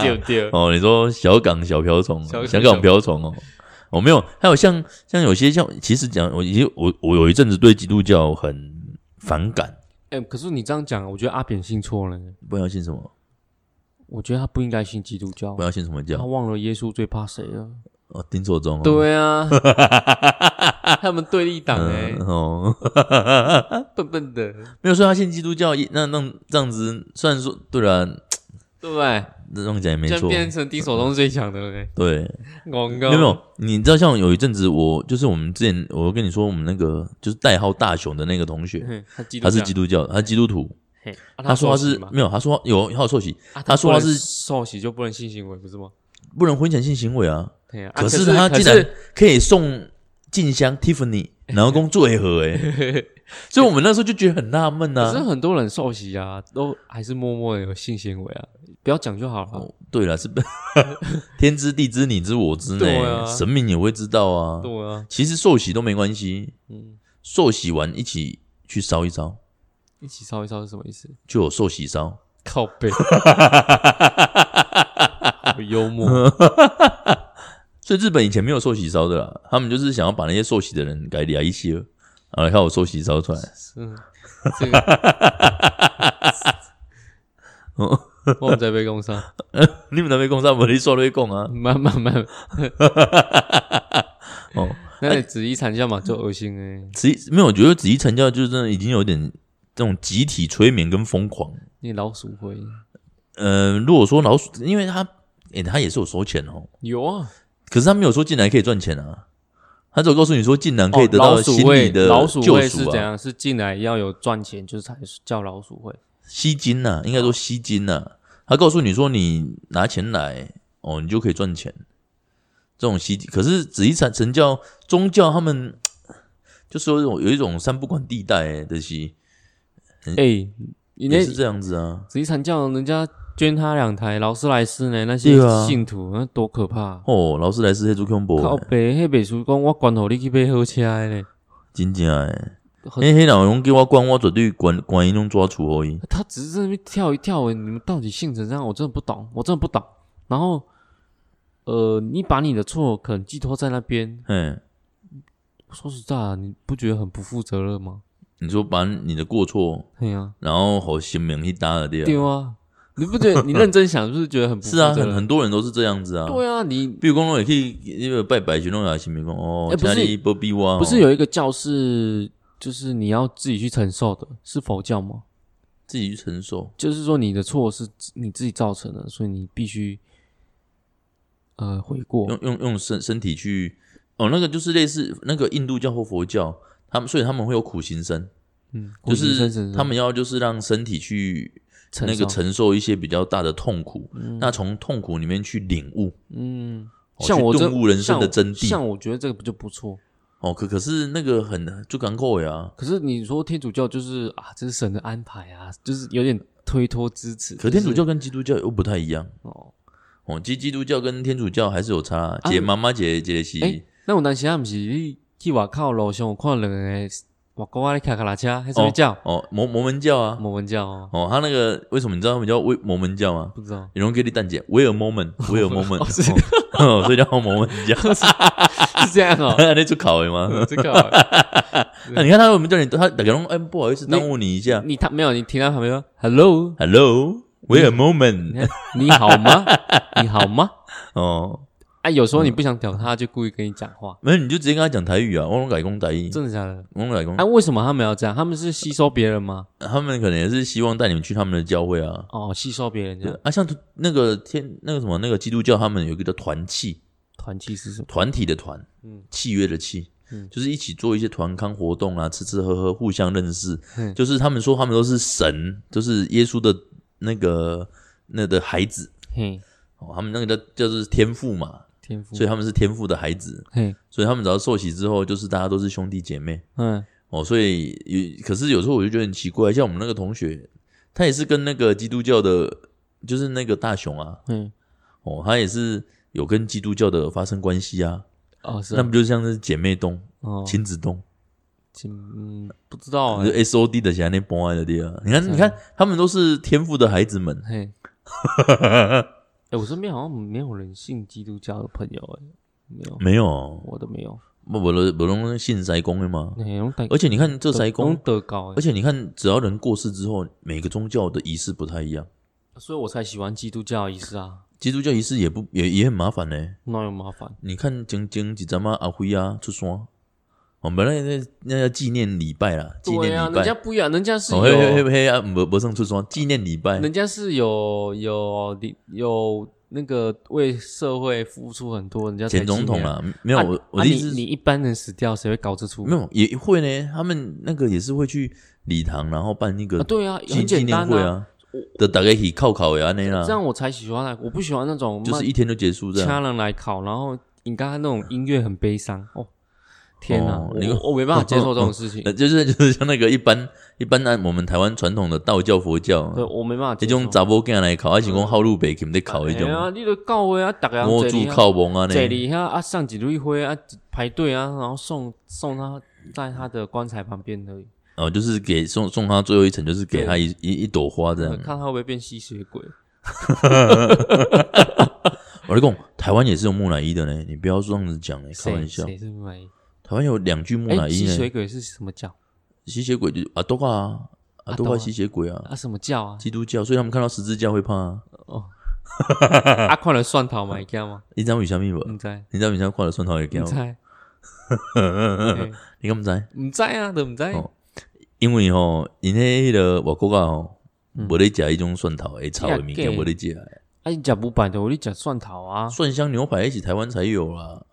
Speaker 2: 对不 对？
Speaker 1: 哦，你说小港小瓢虫
Speaker 2: 小，港
Speaker 1: 小港瓢虫哦，我、没有，还有像像有些像，其实讲我其实我我有一阵子对基督教很反感，
Speaker 2: 哎、可是你这样讲，我觉得阿扁信错了呢。
Speaker 1: 不知道信什么，
Speaker 2: 我觉得他不应该信基督教
Speaker 1: 不知，道信什么
Speaker 2: 他
Speaker 1: 教，
Speaker 2: 忘了耶稣最怕谁了。
Speaker 1: 哦，丁守中、哦，
Speaker 2: 哦 对啊，他们对立党哎、
Speaker 1: 嗯哦，
Speaker 2: 笨笨的，
Speaker 1: 没有说他信基督教，也那那这样子，虽然说对了，
Speaker 2: 对不对？
Speaker 1: 这样讲也没
Speaker 2: 这样
Speaker 1: 错，
Speaker 2: 变成敌手中最强的了呢。
Speaker 1: 对，
Speaker 2: 广
Speaker 1: 没
Speaker 2: 告
Speaker 1: 有没有，你知道像有一阵子我就是我们之前我跟你说我们那个就是代号大雄的那个同学，
Speaker 2: 有，他嗯基督
Speaker 1: 他
Speaker 2: 教
Speaker 1: 是基督教，他是基督徒，
Speaker 2: 嘿啊
Speaker 1: 他说他是
Speaker 2: 受洗吗
Speaker 1: 没有，他说有他有受洗，
Speaker 2: 啊
Speaker 1: 他说他
Speaker 2: 不能
Speaker 1: 是
Speaker 2: 受洗就不能性行为，不是吗？
Speaker 1: 不能婚前性行为啊，
Speaker 2: 对啊，啊
Speaker 1: 可
Speaker 2: 是
Speaker 1: 是他竟
Speaker 2: 可
Speaker 1: 然
Speaker 2: 是
Speaker 1: 可以送静香 Tiffany，然后跟最合 哎，所以我们那时候就觉得很纳闷
Speaker 2: 可是
Speaker 1: 啊。
Speaker 2: 很多人受洗啊，都还是默默的有性行为啊，不要讲就好了。
Speaker 1: 哦，对了， 是天知地知你知我知呢，
Speaker 2: 对啊
Speaker 1: 神明也会知道啊。
Speaker 2: 对啊，
Speaker 1: 其实寿喜都没关系，
Speaker 2: 嗯，
Speaker 1: 寿喜完一起去烧一烧，
Speaker 2: 一起烧一烧是什么意思？
Speaker 1: 就有寿喜烧。
Speaker 2: 靠背，好幽
Speaker 1: 嗯
Speaker 2: 默。
Speaker 1: 所以日本以前没有寿喜烧的啦，他们就是想要把那些寿喜的人改掉一些，然后来看我寿喜烧出 来。
Speaker 2: 嗯，这 个
Speaker 1: 哦
Speaker 2: 我们在被攻上，
Speaker 1: 你们那边供上，我们说那边供啊。
Speaker 2: 慢慢慢，
Speaker 1: 哦，
Speaker 2: 那子怡惨叫嘛，就恶心哎！
Speaker 1: 子怡没有，我觉得子怡成教就是真的已经有点这种集体催眠跟疯狂。
Speaker 2: 你老鼠会
Speaker 1: 嗯，如果说老鼠，因为他，诶、他也是有收钱哦，
Speaker 2: 有啊，
Speaker 1: 可是他没有说进来可以赚钱啊，他只有告诉你说进来可以
Speaker 2: 哦
Speaker 1: 得到
Speaker 2: 老鼠
Speaker 1: 心理
Speaker 2: 会
Speaker 1: 的
Speaker 2: 老鼠
Speaker 1: 救
Speaker 2: 会是
Speaker 1: 赎
Speaker 2: 怎
Speaker 1: 啊，
Speaker 2: 样？是进来要有赚钱，就是才叫老鼠会。
Speaker 1: 吸金呐、应该说吸金呐、他告诉你说你拿钱来哦，你就可以赚钱，这种吸金。可是紫衣禅神教宗教他们就说有有一种三不管地带欸的西，
Speaker 2: 哎，你那
Speaker 1: 嗯也是这样子啊。
Speaker 2: 子怡惨叫，人家捐他两台劳斯莱斯呢，那些
Speaker 1: 对啊
Speaker 2: 信徒那多可怕！
Speaker 1: 哦，劳斯莱斯黑猪 combo，
Speaker 2: 靠背，迄秘书讲我关乎你去买好车的呢。
Speaker 1: 真正诶，
Speaker 2: 很
Speaker 1: 迄迄老用给我关，我绝对关关伊拢抓出而已。
Speaker 2: 他只是在那边跳一跳而已，你们到底性成这样，我真的不懂，我真的不懂。然后，呃，你把你的错可能寄托在那边，
Speaker 1: 嘿，
Speaker 2: 说实在、啊，你不觉得很不负责任吗？
Speaker 1: 你说把你的过错，
Speaker 2: 对啊，
Speaker 1: 然后和新明去搭了掉，
Speaker 2: 对啊，你不觉得你认真想是不是觉得很不负
Speaker 1: 是啊，
Speaker 2: 责任？
Speaker 1: 很很 多人都是这样子啊。
Speaker 2: 对啊，你
Speaker 1: 比如讲，也可以那个拜拜去弄下新民工哦
Speaker 2: 哎，不
Speaker 1: 家
Speaker 2: 是
Speaker 1: 里不逼我哦，
Speaker 2: 不是有一个教是就是你要自己去承受的，是佛教吗？
Speaker 1: 自己去承受，
Speaker 2: 就是说你的错是自你自己造成的，所以你必须呃悔过。
Speaker 1: 用用用身身体去哦，那个就是类似那个印度教或佛教，他们所以他们会有苦行僧，
Speaker 2: 嗯，
Speaker 1: 就
Speaker 2: 苦行僧
Speaker 1: 是
Speaker 2: 神
Speaker 1: 他们要就是让身体去
Speaker 2: 承
Speaker 1: 那个
Speaker 2: 受
Speaker 1: 承受一些比较大的痛苦，那从痛苦里面去领悟
Speaker 2: 嗯，
Speaker 1: 哦
Speaker 2: 像
Speaker 1: 去
Speaker 2: 我这
Speaker 1: 顿悟人生的
Speaker 2: 像我
Speaker 1: 真谛
Speaker 2: 像我觉得这个不就不错。
Speaker 1: 哦。可可是那个很就港口呀，
Speaker 2: 可是你说天主教就是啊，这是神的安排啊，就是有点推脱支持。
Speaker 1: 可天主
Speaker 2: 就是
Speaker 1: 教跟基督教又不太一样
Speaker 2: 哦，
Speaker 1: 哦，基基督教跟天主教还是有差啊。姐妈妈姐姐是
Speaker 2: 哎，那有当时啊，不是你去外口路上有看两个外国啊咧开卡拉车，还是么教？
Speaker 1: 哦，摩摩门教啊，
Speaker 2: 摩门教哦，
Speaker 1: 哦，他那个为什么你知道他们叫威摩门教吗？。
Speaker 2: 不知道
Speaker 1: 有人给你蛋姐，We are moment, We are moment，
Speaker 2: 哦是
Speaker 1: 哦所以叫摩门教，
Speaker 2: 是这样哦，
Speaker 1: 那就考了 吗？
Speaker 2: 这个哦
Speaker 1: 那你看他为什么叫你？他打给龙，哎，不好意思，耽误你一下。
Speaker 2: 你他没有，你停在旁边说 “hello”，
Speaker 1: Hello, We are
Speaker 2: 你
Speaker 1: moment，
Speaker 2: 看你好 吗？你好吗？
Speaker 1: 哦，
Speaker 2: 啊，有时候你不想屌他，就故意跟你讲话，
Speaker 1: 没有你就直接跟他讲台语啊，我龙改工台语，
Speaker 2: 真的假的？
Speaker 1: 我龙改工
Speaker 2: 啊，，为什么他们要这样？他们是吸收别人吗？
Speaker 1: 他们可能也是希望带你们去他们的教会啊。
Speaker 2: 哦，吸收别人这
Speaker 1: 对
Speaker 2: 样。
Speaker 1: 啊，像那个天那个什么那个基督教，他们有一个叫团契，
Speaker 2: 团契是什么？
Speaker 1: 团体的团，
Speaker 2: 嗯
Speaker 1: 契约的契，
Speaker 2: 嗯
Speaker 1: 就是一起做一些团康活动啊，吃吃喝喝，互相认识。
Speaker 2: 嗯
Speaker 1: 就是他们说他们都是神，就是耶稣的那个那的孩子
Speaker 2: 嘿，
Speaker 1: 哦，他们那个叫就是天父嘛，
Speaker 2: 天赋。
Speaker 1: 所以他们是天父的孩子，
Speaker 2: 嘿，
Speaker 1: 所以他们只要受洗之后，就是大家都是兄弟姐妹
Speaker 2: 嗯，
Speaker 1: 哦。所以有可是有时候我就觉得很奇怪，像我们那个同学，他也是跟那个基督教的，就是那个大雄啊，
Speaker 2: 嘿，
Speaker 1: 哦，他也是有跟基督教的发生关系啊。
Speaker 2: 哦，是
Speaker 1: 那
Speaker 2: 啊
Speaker 1: 不就像是姐妹洞、
Speaker 2: 哦，
Speaker 1: 亲子洞，
Speaker 2: 亲嗯，不知道
Speaker 1: 就
Speaker 2: 哎，
Speaker 1: S O D 的下那崩爱的地啊？你看，你看，他们都是天赋的孩子们，
Speaker 2: 嘿，哎，我身边好像没有人信基督教的朋友哎，没有，
Speaker 1: 没有，
Speaker 2: 我都没有。
Speaker 1: 不不不，不拢信塞公的嘛。
Speaker 2: 嘿，用
Speaker 1: 而且你看这塞
Speaker 2: 用
Speaker 1: 公，
Speaker 2: 德高
Speaker 1: 而
Speaker 2: 哎，
Speaker 1: 且你看，只要人过世之后，每个宗教的仪式不太一样。
Speaker 2: 所以我才喜欢基督教的仪式啊，
Speaker 1: 基督教仪式也不也也很麻烦呢、
Speaker 2: 那有麻烦。
Speaker 1: 你看前前几阵嘛，阿辉啊出山，我们那那那叫纪念礼拜啦，纪念
Speaker 2: 对啊，
Speaker 1: 礼
Speaker 2: 人家
Speaker 1: 拜。
Speaker 2: 不一样，人家是
Speaker 1: 哦嘿嘿嘿
Speaker 2: 有，
Speaker 1: 嘿啊，没没算出山，纪念礼拜。
Speaker 2: 人家是有有有那个为社会付出很多，人家才
Speaker 1: 前总统
Speaker 2: 纪念
Speaker 1: 啦，没有
Speaker 2: 啊
Speaker 1: 我我
Speaker 2: 啊
Speaker 1: 的意
Speaker 2: 你
Speaker 1: 思是
Speaker 2: 你一般人死掉，谁会搞这出？
Speaker 1: 没有也会呢，他们那个也是会去礼堂，然后办一个
Speaker 2: 啊，对啊，
Speaker 1: 呃纪
Speaker 2: 很
Speaker 1: 纪
Speaker 2: 简
Speaker 1: 念
Speaker 2: 单
Speaker 1: 会，啊，的大概以靠考呀那啦
Speaker 2: 这，样我才喜欢啊！我不喜欢那种
Speaker 1: 就是一天就结束这
Speaker 2: 掐
Speaker 1: 样。
Speaker 2: 人来考，然后你刚刚那种音乐很悲伤哦，天哪，
Speaker 1: 哦
Speaker 2: 我
Speaker 1: 你
Speaker 2: 我我没办法接受这种事情，
Speaker 1: 呃就是就是像那个一般一般按我们台湾传统的道教佛教啊
Speaker 2: 对，我没办法接
Speaker 1: 那
Speaker 2: 受。
Speaker 1: 种查某囝来考，还是讲好路北肯得考
Speaker 2: 哎
Speaker 1: 那种
Speaker 2: 呀，你都教我啊，大家
Speaker 1: 摸
Speaker 2: 坐
Speaker 1: 住
Speaker 2: 伫遐
Speaker 1: 靠蒙啊
Speaker 2: 坐
Speaker 1: 那。
Speaker 2: 里遐啊，上几路一挥啊，排队啊，然后送送他在他的棺材旁边而已，
Speaker 1: 哦，就是给送送他最后一层，就是给他一一一朵花这样。
Speaker 2: 看他会不会变吸血鬼。
Speaker 1: 我来讲，台湾也是有木乃伊的呢，你不要这样子讲嘞，开
Speaker 2: 谁
Speaker 1: 玩笑。
Speaker 2: 谁是木乃伊？
Speaker 1: 台湾有两具木乃
Speaker 2: 哎，
Speaker 1: 伊
Speaker 2: 吸血
Speaker 1: 呢，
Speaker 2: 鬼是什么教
Speaker 1: 吸血鬼就是啊多挂啊，啊多
Speaker 2: 阿多
Speaker 1: 挂
Speaker 2: 啊
Speaker 1: 吸血鬼啊，
Speaker 2: 啊？什么教啊？
Speaker 1: 基督教，所以他们看到十字架会怕啊。
Speaker 2: 哦，啊，看了蒜头嘛，你知道吗？
Speaker 1: 你知道为什么无？
Speaker 2: 唔知，
Speaker 1: 你知道为什么看到蒜头会惊
Speaker 2: 唔
Speaker 1: 吗？
Speaker 2: 嗯知，嘿
Speaker 1: 你敢不知？
Speaker 2: 唔知啊，都唔知。
Speaker 1: 哦因为吼，因迄个外国啊吼，无咧食迄种蒜头诶，炒诶物
Speaker 2: 真
Speaker 1: 件
Speaker 2: 嗯的
Speaker 1: 无咧食。
Speaker 2: 啊，你食五百的，我你食蒜头啊？
Speaker 1: 蒜香牛排，迄是台湾才有啦。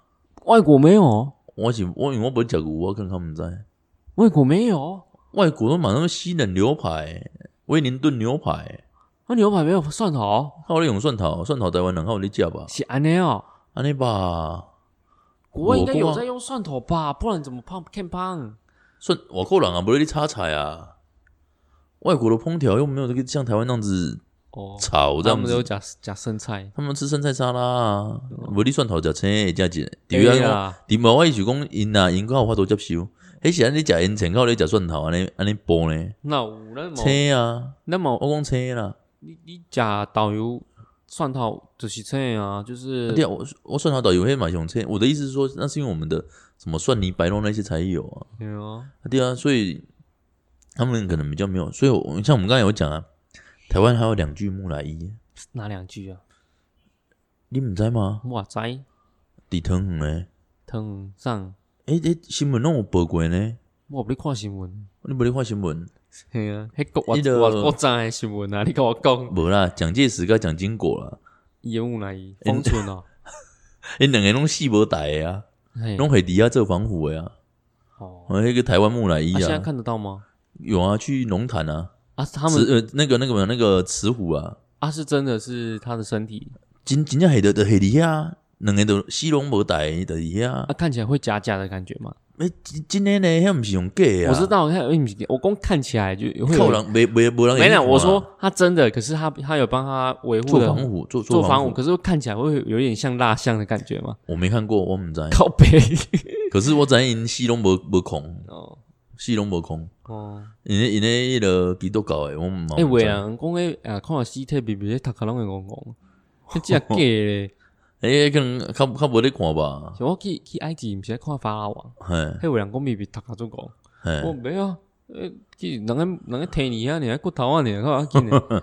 Speaker 2: 外国没有，
Speaker 1: 我是我，因为我无食过，我更看毋知。
Speaker 2: 外国没有，
Speaker 1: 外国都买那个西冷牛排、威灵顿牛排，
Speaker 2: 那啊牛排没有蒜头，
Speaker 1: 还有咧用蒜头，蒜头台湾人还有咧食吧？
Speaker 2: 是安尼哦。
Speaker 1: 安尼吧，
Speaker 2: 国外应该
Speaker 1: 我
Speaker 2: 有
Speaker 1: 国啊
Speaker 2: 在用蒜头吧？不然怎么胖看胖？
Speaker 1: 蒜外国人啊，无咧咧炒菜啊。外国的烹调又没有这个像台湾那样子
Speaker 2: 哦，
Speaker 1: 炒这
Speaker 2: 他
Speaker 1: 样
Speaker 2: 们
Speaker 1: 子
Speaker 2: 都，加加生菜，
Speaker 1: 他们吃生菜沙拉啊，无咧蒜头食青诶，加钱。
Speaker 2: 对
Speaker 1: 对啊，
Speaker 2: 啦，
Speaker 1: 伫无我意思讲，因啊，因较有法度接受。迄是安尼食因前口咧食蒜头，安尼安尼煲呢？
Speaker 2: 那有那么
Speaker 1: 青啊，
Speaker 2: 那么
Speaker 1: 我讲青啦。
Speaker 2: 你你加导游蒜头就是这样啊，就是
Speaker 1: 对啊，我我蒜头导游会买熊青。我的意思是说，那是因为我们的什么蒜泥白肉那些才有啊。
Speaker 2: 对啊，
Speaker 1: 对啊，所以他们可能比较没有。所以我像我们刚才有讲啊，台湾还有两具木乃伊，
Speaker 2: 哪两句啊？
Speaker 1: 你唔知吗？
Speaker 2: 哇塞，
Speaker 1: 伫汤圆诶，
Speaker 2: 汤上
Speaker 1: 诶、诶、新闻拢有报过呢。
Speaker 2: 我不你看新闻，
Speaker 1: 你无咧看新闻？
Speaker 2: 嘿啊，迄个
Speaker 1: 那个
Speaker 2: 我我我知的新闻啊，你跟我讲
Speaker 1: 无啦，蒋介石甲蒋经国啦，
Speaker 2: 业务来封存哦，
Speaker 1: 因两个拢死无代诶啊，
Speaker 2: 嘿
Speaker 1: 拢系伫遐做防腐诶啊。
Speaker 2: 哦，
Speaker 1: 哦，那个台湾木乃伊
Speaker 2: 啊现在
Speaker 1: 啊，
Speaker 2: 看得到吗？
Speaker 1: 有啊，去龙潭啊，
Speaker 2: 啊，
Speaker 1: 他
Speaker 2: 他们
Speaker 1: 呃那个那个那个慈湖啊，
Speaker 2: 啊是真的是他的身体
Speaker 1: 真真正黑的的黑底啊，两个都西龙无带的底啊
Speaker 2: 啊，看起来会假假的感觉吗？
Speaker 1: 诶，真真的呢，遐毋是用假啊，
Speaker 2: 我知，道，看哎不是我光看起来就会
Speaker 1: 靠
Speaker 2: 有
Speaker 1: 人没没没人
Speaker 2: 没
Speaker 1: 给你看啊。
Speaker 2: 有，我说他真的，可是他他有帮他维护
Speaker 1: 做
Speaker 2: 的
Speaker 1: 防腐做
Speaker 2: 做
Speaker 1: 防
Speaker 2: 防腐，可是看起来会有点像蜡像的感觉嘛？
Speaker 1: 我没看过，我毋知，
Speaker 2: 靠背
Speaker 1: 可是我知因西龙无无空，
Speaker 2: 哦
Speaker 1: 西龙无空，
Speaker 2: 哦，
Speaker 1: 因为因为迄个基督教诶，我嘛
Speaker 2: 哎
Speaker 1: 不
Speaker 2: 喂
Speaker 1: 知，
Speaker 2: 啊，讲诶啊，看到尸体比比头壳拢会戆戆，迄只假咧，
Speaker 1: 诶，哎可能较较无咧看吧，
Speaker 2: 像我去去埃及，毋是咧看法老王，
Speaker 1: 嘿，
Speaker 2: 迄有人讲比比头壳做戆，我
Speaker 1: 嘿，
Speaker 2: 没有，诶，去人个人个提你啊，你骨头啊，你看啊，紧诶，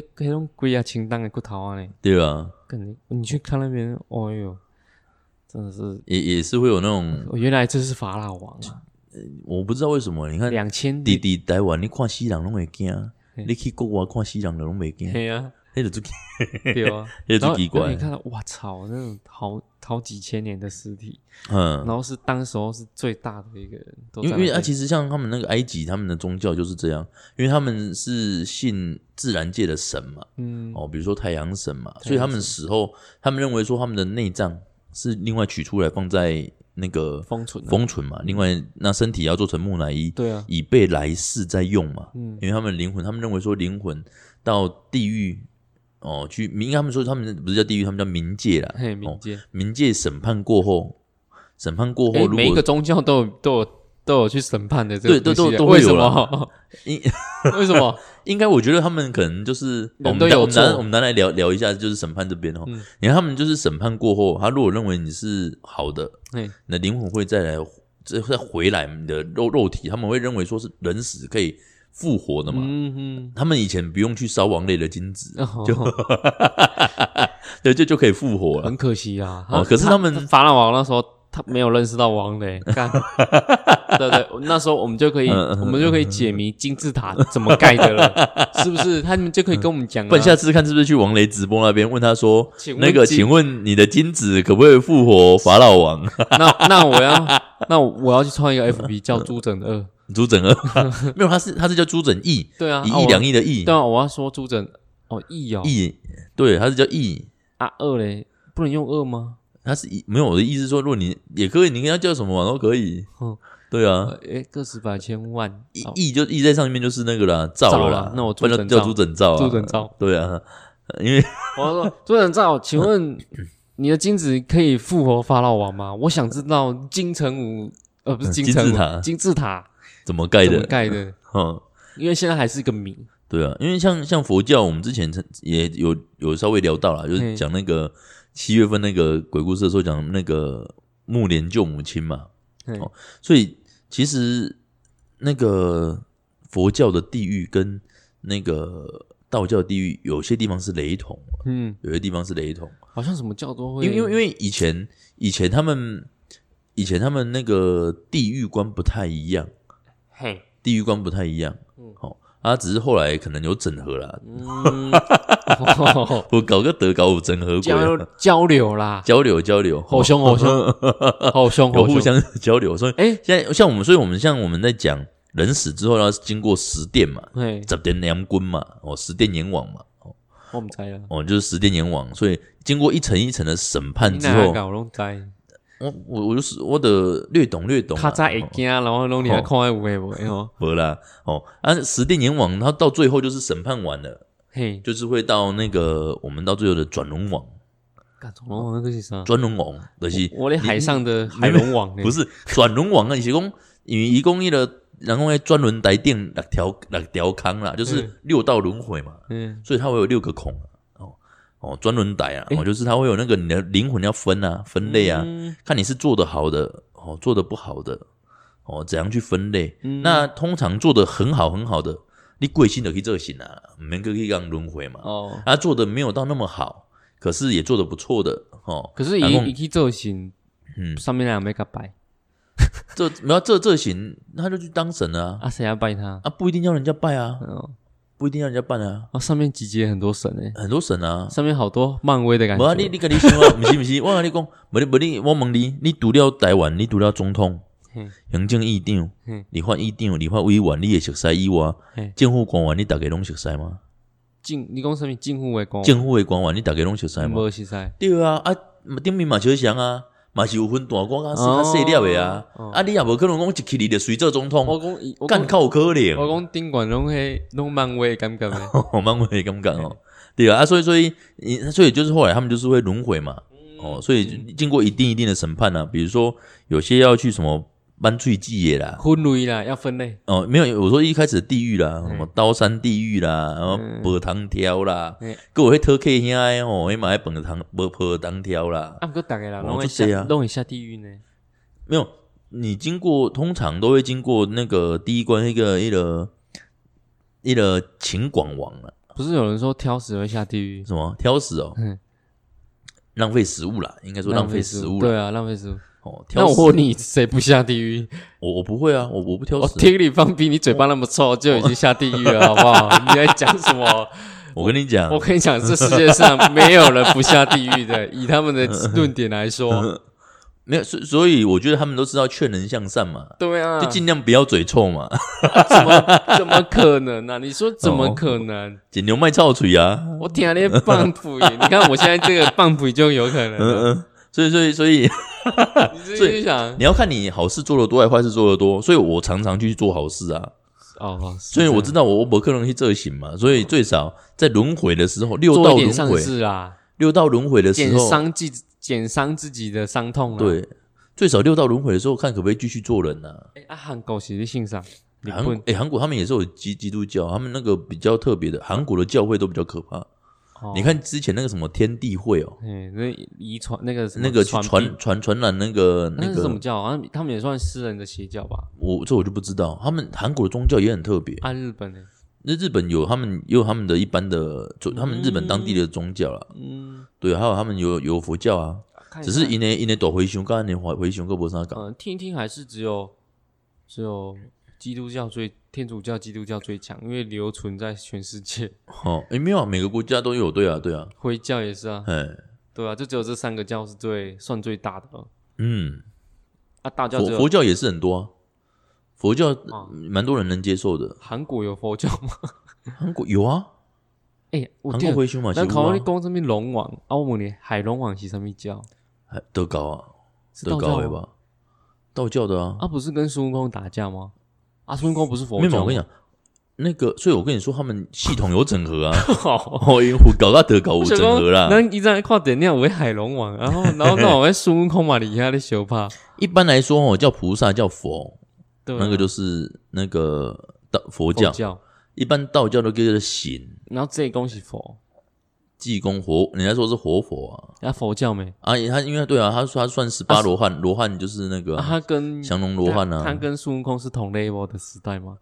Speaker 2: 诶，迄种鬼啊，清淡的骨头啊呢。
Speaker 1: 对啊，
Speaker 2: 跟你你去看那边，哦呦，真的是，
Speaker 1: 也也是会有那种，
Speaker 2: 我原来这是法老王啊！
Speaker 1: 我不知道为什么，你看
Speaker 2: 两千
Speaker 1: 伫
Speaker 2: 滴，
Speaker 1: 伫台湾，你看西人拢会惊，
Speaker 2: 嘿
Speaker 1: 你去国外看西人就拢袂惊，
Speaker 2: 对啊，
Speaker 1: 迄就最
Speaker 2: 对啊，
Speaker 1: 迄
Speaker 2: 然
Speaker 1: 就
Speaker 2: 后
Speaker 1: 奇
Speaker 2: 然后
Speaker 1: 怪
Speaker 2: 你。看到，哇操，那种好好几千年的尸体，然
Speaker 1: 嗯，
Speaker 2: 后是当时候是最大的一个人，都
Speaker 1: 因
Speaker 2: 在
Speaker 1: 为因为
Speaker 2: 那
Speaker 1: 啊，
Speaker 2: 边
Speaker 1: 其实像他们那个埃及，他们的宗教就是这样，因为他们是信自然界的神嘛，
Speaker 2: 嗯，
Speaker 1: 哦，比如说太阳神嘛，
Speaker 2: 神
Speaker 1: 所以他们死后，他们认为说他们的内脏是另外取出来放在那个
Speaker 2: 封存啊，
Speaker 1: 封存嘛，另外那身体要做成木乃伊，
Speaker 2: 对啊，
Speaker 1: 以备来世再用嘛。
Speaker 2: 嗯
Speaker 1: 因为他们灵魂，他们认为说灵魂到地狱哦去冥，他们说他们不是叫地狱，他们叫冥界啦。
Speaker 2: 嘿，民间，
Speaker 1: 冥界审判过后，审判过后
Speaker 2: 哎，
Speaker 1: 如
Speaker 2: 每一个
Speaker 1: 果
Speaker 2: 宗教都有都有都有去审判的这个
Speaker 1: 对
Speaker 2: 东西啊，
Speaker 1: 都都
Speaker 2: 为
Speaker 1: 都会
Speaker 2: 什
Speaker 1: 有
Speaker 2: 么？
Speaker 1: 因
Speaker 2: 为什么？
Speaker 1: 应该我觉得他们可能就是
Speaker 2: 人
Speaker 1: 我们
Speaker 2: 都
Speaker 1: 拿
Speaker 2: 有
Speaker 1: 我们拿
Speaker 2: 错
Speaker 1: 我们拿来聊聊一下，就是审判这边哦。
Speaker 2: 嗯
Speaker 1: 你看他们就是审判过后，他如果认为你是好的，
Speaker 2: 嘿，
Speaker 1: 你的灵魂会再来再再回来你的肉肉体，他们会认为说是人死可以复活的嘛。
Speaker 2: 嗯嗯，哦
Speaker 1: 他们以前不用去烧王类的精子，
Speaker 2: 就
Speaker 1: 对，就就可以复活了
Speaker 2: 很。可惜啊。
Speaker 1: 哦可是他们
Speaker 2: 法老王那时候他没有认识到王嘞， 干，对不对？那时候我们就可以，
Speaker 1: 嗯嗯
Speaker 2: 我们就可以解谜金字塔怎么盖的了，是不是？他们就可以跟我们讲啊
Speaker 1: 不
Speaker 2: 了
Speaker 1: 然。下次看是不是去王雷直播那边问他说
Speaker 2: 请：“问
Speaker 1: 那个，
Speaker 2: 金
Speaker 1: 请问你的精子可不可以复活法老王
Speaker 2: 那那我要，那我要去创一个 FB 叫朱整二，
Speaker 1: 朱整二？”没有，他是他是叫朱整义，
Speaker 2: 对啊，
Speaker 1: 一
Speaker 2: 啊
Speaker 1: 亿两，
Speaker 2: 我
Speaker 1: 亿的亿
Speaker 2: 对啊，我要说朱整哦，亿哦，
Speaker 1: 亿，对，他是叫义
Speaker 2: 啊二嘞，不能用二吗？
Speaker 1: 他是一没有我的意思是说，如果你也可以，你跟他叫什么嘛都可以
Speaker 2: 嗯。
Speaker 1: 对啊，
Speaker 2: 哎，个十百千万，
Speaker 1: 意
Speaker 2: 哦
Speaker 1: 意就意在上面就是那个啦，照了
Speaker 2: 照
Speaker 1: 啦
Speaker 2: 啊。那我
Speaker 1: 不
Speaker 2: 出
Speaker 1: 然
Speaker 2: 整
Speaker 1: 就
Speaker 2: 照
Speaker 1: 叫出整照啊，
Speaker 2: 出整照。
Speaker 1: 对啊，因 为
Speaker 2: 我要说朱人照，请问你的精子可以复活法老王吗？我想知道金城武，呃，不是
Speaker 1: 嗯
Speaker 2: 金城
Speaker 1: 金字塔
Speaker 2: 武，金字塔
Speaker 1: 怎么盖
Speaker 2: 怎么
Speaker 1: 的？
Speaker 2: 盖的？
Speaker 1: 嗯，
Speaker 2: 因为现在还是一个谜。
Speaker 1: 对啊，因为像像佛教，我们之前曾也有有稍微聊到啦，就是
Speaker 2: 嗯
Speaker 1: 讲那个七月份那个鬼故事的时候，讲那个木莲救母亲嘛，
Speaker 2: 嗯
Speaker 1: 哦所以其实那个佛教的地狱跟那个道教的地狱有些地方是雷同，
Speaker 2: 嗯，
Speaker 1: 有些地方是雷同，
Speaker 2: 好像什么教都会，
Speaker 1: 因为因为因为以前以前他们以前他们那个地狱观不太一样，
Speaker 2: 嘿，
Speaker 1: 地狱观不太一样，
Speaker 2: 嗯
Speaker 1: 哦，啊，只是后来可能有整合啦，
Speaker 2: 嗯， 哦
Speaker 1: 我搞个德搞五整合鬼啊、
Speaker 2: 交交流啦，
Speaker 1: 交流交 流，哦
Speaker 2: 好凶好凶 好 凶
Speaker 1: 有
Speaker 2: 好
Speaker 1: 互
Speaker 2: 凶，
Speaker 1: 相交流。所以
Speaker 2: 哎
Speaker 1: 现在像我们，所以我们像我们在讲人死之后要经过十殿嘛，
Speaker 2: 嘿，
Speaker 1: 十殿阎君嘛，哦，十殿阎王嘛，
Speaker 2: 我啊们猜了，
Speaker 1: 哦，就是十殿阎王。所以经过一层一层的审判
Speaker 2: 你
Speaker 1: 之
Speaker 2: 哪
Speaker 1: 后，
Speaker 2: 搞拢猜？
Speaker 1: 我我我就是我的略懂略懂、啊，
Speaker 2: 他在会
Speaker 1: 哦
Speaker 2: 惊，然后拢你还看有诶无哦，
Speaker 1: 没啦，哦，啊，十殿阎王他到最后就是审判完了，
Speaker 2: 嘿，
Speaker 1: 就是会到那个我们到最后的转轮王，
Speaker 2: 干什么？那个是啥？
Speaker 1: 转轮王，就是
Speaker 2: 我咧海上的海龙王呢？
Speaker 1: 不是转轮王啊，是讲因为伊讲伊个，然后专轮台顶六条六条康啦，就是
Speaker 2: 嗯
Speaker 1: 六道轮回嘛，
Speaker 2: 嗯，
Speaker 1: 所以它会有六个孔啊哦哦，专轮台啊，
Speaker 2: 诶
Speaker 1: 哦，就是它会有那个你的灵魂要分啊，分类啊，
Speaker 2: 嗯
Speaker 1: 看你是做的好的哦，做的不好的哦，怎样去分类？
Speaker 2: 嗯
Speaker 1: 那通常做的很好很好的，你贵心的可以这行啊，免个可以让轮回嘛。
Speaker 2: 哦，
Speaker 1: 他、做的没有到那么好，可是也做的不错的哦。
Speaker 2: 可是
Speaker 1: 然后
Speaker 2: 伊伊去做型，
Speaker 1: 嗯
Speaker 2: 上面那人要甲拜，
Speaker 1: 这没有这这行，他就去当神了啊
Speaker 2: 啊，谁要拜他？
Speaker 1: 啊，不一定要人家拜啊，
Speaker 2: 哦，
Speaker 1: 不一定要人家拜啊，
Speaker 2: 啊，上面集结很多神诶，
Speaker 1: 很多神啊。
Speaker 2: 上面好多漫威的感
Speaker 1: 无啊，你
Speaker 2: 觉。
Speaker 1: 你跟你想啊，不是不是，我跟你讲，无你无你，我问你，你除了台湾，你除了总统
Speaker 2: 嘿、
Speaker 1: 行政议长
Speaker 2: 嘿、
Speaker 1: 立法议长、立法委员，你也熟悉以外
Speaker 2: 嘿，
Speaker 1: 政府官员你大概拢熟悉吗？
Speaker 2: 进，你讲什么？进户为公，
Speaker 1: 政府的官员你大概拢熟悉吗？
Speaker 2: 无是噻？
Speaker 1: 对啊，啊，顶面嘛小祥啊，嘛是有分大官啊，是较细粒的啊
Speaker 2: 哦哦，
Speaker 1: 啊，你也无可能讲一去你就随做总
Speaker 2: 我
Speaker 1: 统，
Speaker 2: 讲伊，我
Speaker 1: 干
Speaker 2: 讲
Speaker 1: 靠可能。
Speaker 2: 我讲顶管拢迄拢漫威的 感觉诶。
Speaker 1: 哦，漫威的感觉哦，对啊，啊，所以所以你所以就是后来他们就是会轮回嘛，
Speaker 2: 嗯
Speaker 1: 哦，所以就经过一定一定的审判啊，比如说有些要去什么搬罪祭也啦，
Speaker 2: 分类啦，要分类。
Speaker 1: 哦，没有，我说一开始的地狱啦，
Speaker 2: 嗯
Speaker 1: 什么刀山地狱啦，然后
Speaker 2: 嗯
Speaker 1: 波糖挑啦
Speaker 2: 嗯，
Speaker 1: 各位特 K 兄的哦，也买本糖波波糖挑啦，
Speaker 2: 啊，毋过逐个人
Speaker 1: 哦
Speaker 2: 拢会
Speaker 1: 就这
Speaker 2: 下
Speaker 1: 样，
Speaker 2: 拢会下地狱呢。
Speaker 1: 没有，你经过通常都会经过那个第一关一个一个一个秦广王啊，
Speaker 2: 不是有人说挑食会下地狱？
Speaker 1: 什么挑食哦，
Speaker 2: 嗯
Speaker 1: 浪费食物啦，应该说浪费食物啦。
Speaker 2: 对啊，浪费食物。
Speaker 1: 哦，
Speaker 2: 那
Speaker 1: 挑食
Speaker 2: 我问你，哦谁不下地狱？
Speaker 1: 我我不会啊，我我不挑
Speaker 2: 我
Speaker 1: 食啊。
Speaker 2: 听你放屁，你嘴巴那么臭，就已经下地狱了，好不 好？你在讲什么？
Speaker 1: 我跟你讲
Speaker 2: 我，跟你讲，这世界上没有人不下地 狱的。以他们的论点来说，
Speaker 1: 没有，所所以我觉得他们都知道劝人向善嘛，
Speaker 2: 对啊，
Speaker 1: 就尽量不要嘴臭嘛，
Speaker 2: 怎么怎么可能呢、啊？你说怎么可能？
Speaker 1: 捡牛卖臭嘴啊。
Speaker 2: 我天啊，那棒 腿，你看我现在这个棒腿就有可能了。
Speaker 1: 嗯嗯，所以所以所以 呃
Speaker 2: 你自己去想
Speaker 1: 你要看你好事做得多还是坏事做得多，所以我常常去做好事啊，
Speaker 2: 哦，
Speaker 1: 所以我
Speaker 2: 知。
Speaker 1: 知道我我不可能去这行嘛，所以最少在轮回的时候，六
Speaker 2: 做
Speaker 1: 道
Speaker 2: 一
Speaker 1: 轮
Speaker 2: 点上
Speaker 1: 回，
Speaker 2: 市啊，
Speaker 1: 六道轮回的时
Speaker 2: 减
Speaker 1: 候，
Speaker 2: 伤自己减伤自己的伤痛啊。
Speaker 1: 对，最少六道轮回的时候，看可不可以继续做人呐、啊。
Speaker 2: 诶，啊，韩国是你信啥？日
Speaker 1: 韩
Speaker 2: 本
Speaker 1: 诶，韩国他们也是有基基督教，他们那个比较特别的，韩国的教会都比较可怕。
Speaker 2: 哦
Speaker 1: 你，看之前那个什么天地会哦，
Speaker 2: 诶，那遗传那个什么
Speaker 1: 那个去
Speaker 2: 传
Speaker 1: 传
Speaker 2: 病
Speaker 1: 传传染那个
Speaker 2: 那
Speaker 1: 那
Speaker 2: 是什
Speaker 1: 个
Speaker 2: 么，教啊？他们也算私人的邪教吧？
Speaker 1: 我这我就不知道。他们韩国的宗教也很特别，
Speaker 2: 啊，日本呢？
Speaker 1: 那日本有他们也有他们的一般的，就他们日本当地的宗教啦，
Speaker 2: 嗯，
Speaker 1: 对，还有他们有有佛教啊，
Speaker 2: 看一
Speaker 1: 只是
Speaker 2: 看
Speaker 1: 因为因为躲回熊，刚才你回回熊个博啥港，
Speaker 2: 嗯，听一听还是只有只有基督教最天主教、基督教最强，因为留存在全世界，
Speaker 1: 哦，诶，没有啊，每个国家都有，对啊，对啊，
Speaker 2: 回教也是啊，
Speaker 1: 哎，
Speaker 2: 对啊，就只有这三个教是最算最大的了
Speaker 1: 嗯，
Speaker 2: 啊，大教
Speaker 1: 佛
Speaker 2: 只有
Speaker 1: 佛教也是很多啊，佛教
Speaker 2: 哦
Speaker 1: 蛮多人能接受的，
Speaker 2: 韩国有佛教吗？哎
Speaker 1: 韩国有啊。
Speaker 2: 诶，我
Speaker 1: 韩
Speaker 2: 记
Speaker 1: 国
Speaker 2: 得
Speaker 1: 回修嘛，是
Speaker 2: 咱
Speaker 1: 有
Speaker 2: 啊考
Speaker 1: 啊
Speaker 2: 你讲什么龙王，啊，我问你海龙王是什么教？
Speaker 1: 还德高啊，
Speaker 2: 是
Speaker 1: 德
Speaker 2: 道教
Speaker 1: 高
Speaker 2: 吗
Speaker 1: 尾巴，道教的啊。
Speaker 2: 啊，不是跟孙悟空打架吗？啊，孙悟空不是佛
Speaker 1: 没
Speaker 2: 教
Speaker 1: 有，
Speaker 2: 吗？
Speaker 1: 我跟你讲，那个，所以我跟你说，他们系统有整合啊，
Speaker 2: 好，
Speaker 1: 哦，因为搞到德高有
Speaker 2: 我想
Speaker 1: 整
Speaker 2: 讲
Speaker 1: 合啦。
Speaker 2: 咱以前看电影为海龙王，然后然后那我孙悟空嘛，你遐咧相拍，
Speaker 1: 一般来说，哦，叫菩萨叫佛，
Speaker 2: 对啊，
Speaker 1: 那个就是那个道佛
Speaker 2: 佛
Speaker 1: 教，
Speaker 2: 教，
Speaker 1: 一般道教都叫做行，
Speaker 2: 然后这恭喜佛，
Speaker 1: 济公活，人家说是活佛啊。
Speaker 2: 啊佛教没？
Speaker 1: 啊，他因为对啊，他说他算十八罗汉，罗汉就是那个
Speaker 2: 啊，
Speaker 1: 啊
Speaker 2: 他跟
Speaker 1: 降龙罗汉
Speaker 2: 他他
Speaker 1: 啊，
Speaker 2: 跟孙悟空是同 level 的时代吗？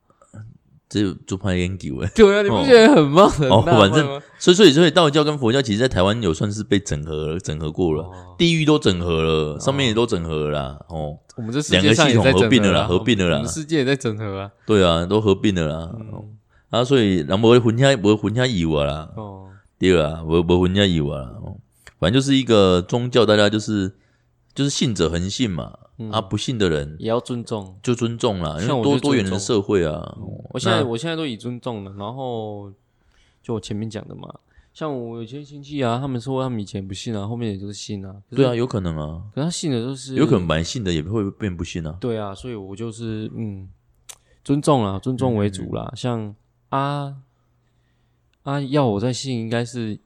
Speaker 1: 这就怕研究哎。
Speaker 2: 对啊，你不觉得很棒很
Speaker 1: 哦，
Speaker 2: 纳
Speaker 1: 反
Speaker 2: 闷
Speaker 1: 正
Speaker 2: 吗？
Speaker 1: 所以所以所以道教跟佛教其实，在台湾有算是被整合了，整合过了，
Speaker 2: 哦
Speaker 1: 地狱都整合了，上面也都整合了啦。哦，
Speaker 2: 我们这世
Speaker 1: 两
Speaker 2: 界
Speaker 1: 个
Speaker 2: 上
Speaker 1: 系
Speaker 2: 也
Speaker 1: 统
Speaker 2: 在
Speaker 1: 合
Speaker 2: 整
Speaker 1: 并了啦
Speaker 2: 啊
Speaker 1: 合并了啦
Speaker 2: 我们世界也在整合啊。
Speaker 1: 对啊，都合并了啦。
Speaker 2: 嗯
Speaker 1: 啊，所以人无混下无混下以我啦，
Speaker 2: 哦，
Speaker 1: 对啊，无无混下以我啦。哦反正就是一个宗教，大家就是就是信者恒信嘛，
Speaker 2: 嗯
Speaker 1: 啊，不信的人
Speaker 2: 也要尊重。
Speaker 1: 就尊重啦，因
Speaker 2: 像
Speaker 1: 为
Speaker 2: 我
Speaker 1: 多
Speaker 2: 就
Speaker 1: 多元的
Speaker 2: 尊重
Speaker 1: 社会啊。哦
Speaker 2: 我现在
Speaker 1: 那
Speaker 2: 我现在都以尊重了，然后就我前面讲的嘛，像我有些亲戚啊，他们说他们以前不信啊，后面也就是信啊。可是
Speaker 1: 对啊，，有可能啊，
Speaker 2: 可是他信的都是
Speaker 1: 有可能。蛮信的也会变不信啊。
Speaker 2: 对啊，所以我就是嗯，尊重啦，尊重为主
Speaker 1: 嗯
Speaker 2: 啦。像啊啊，要我再信，应该是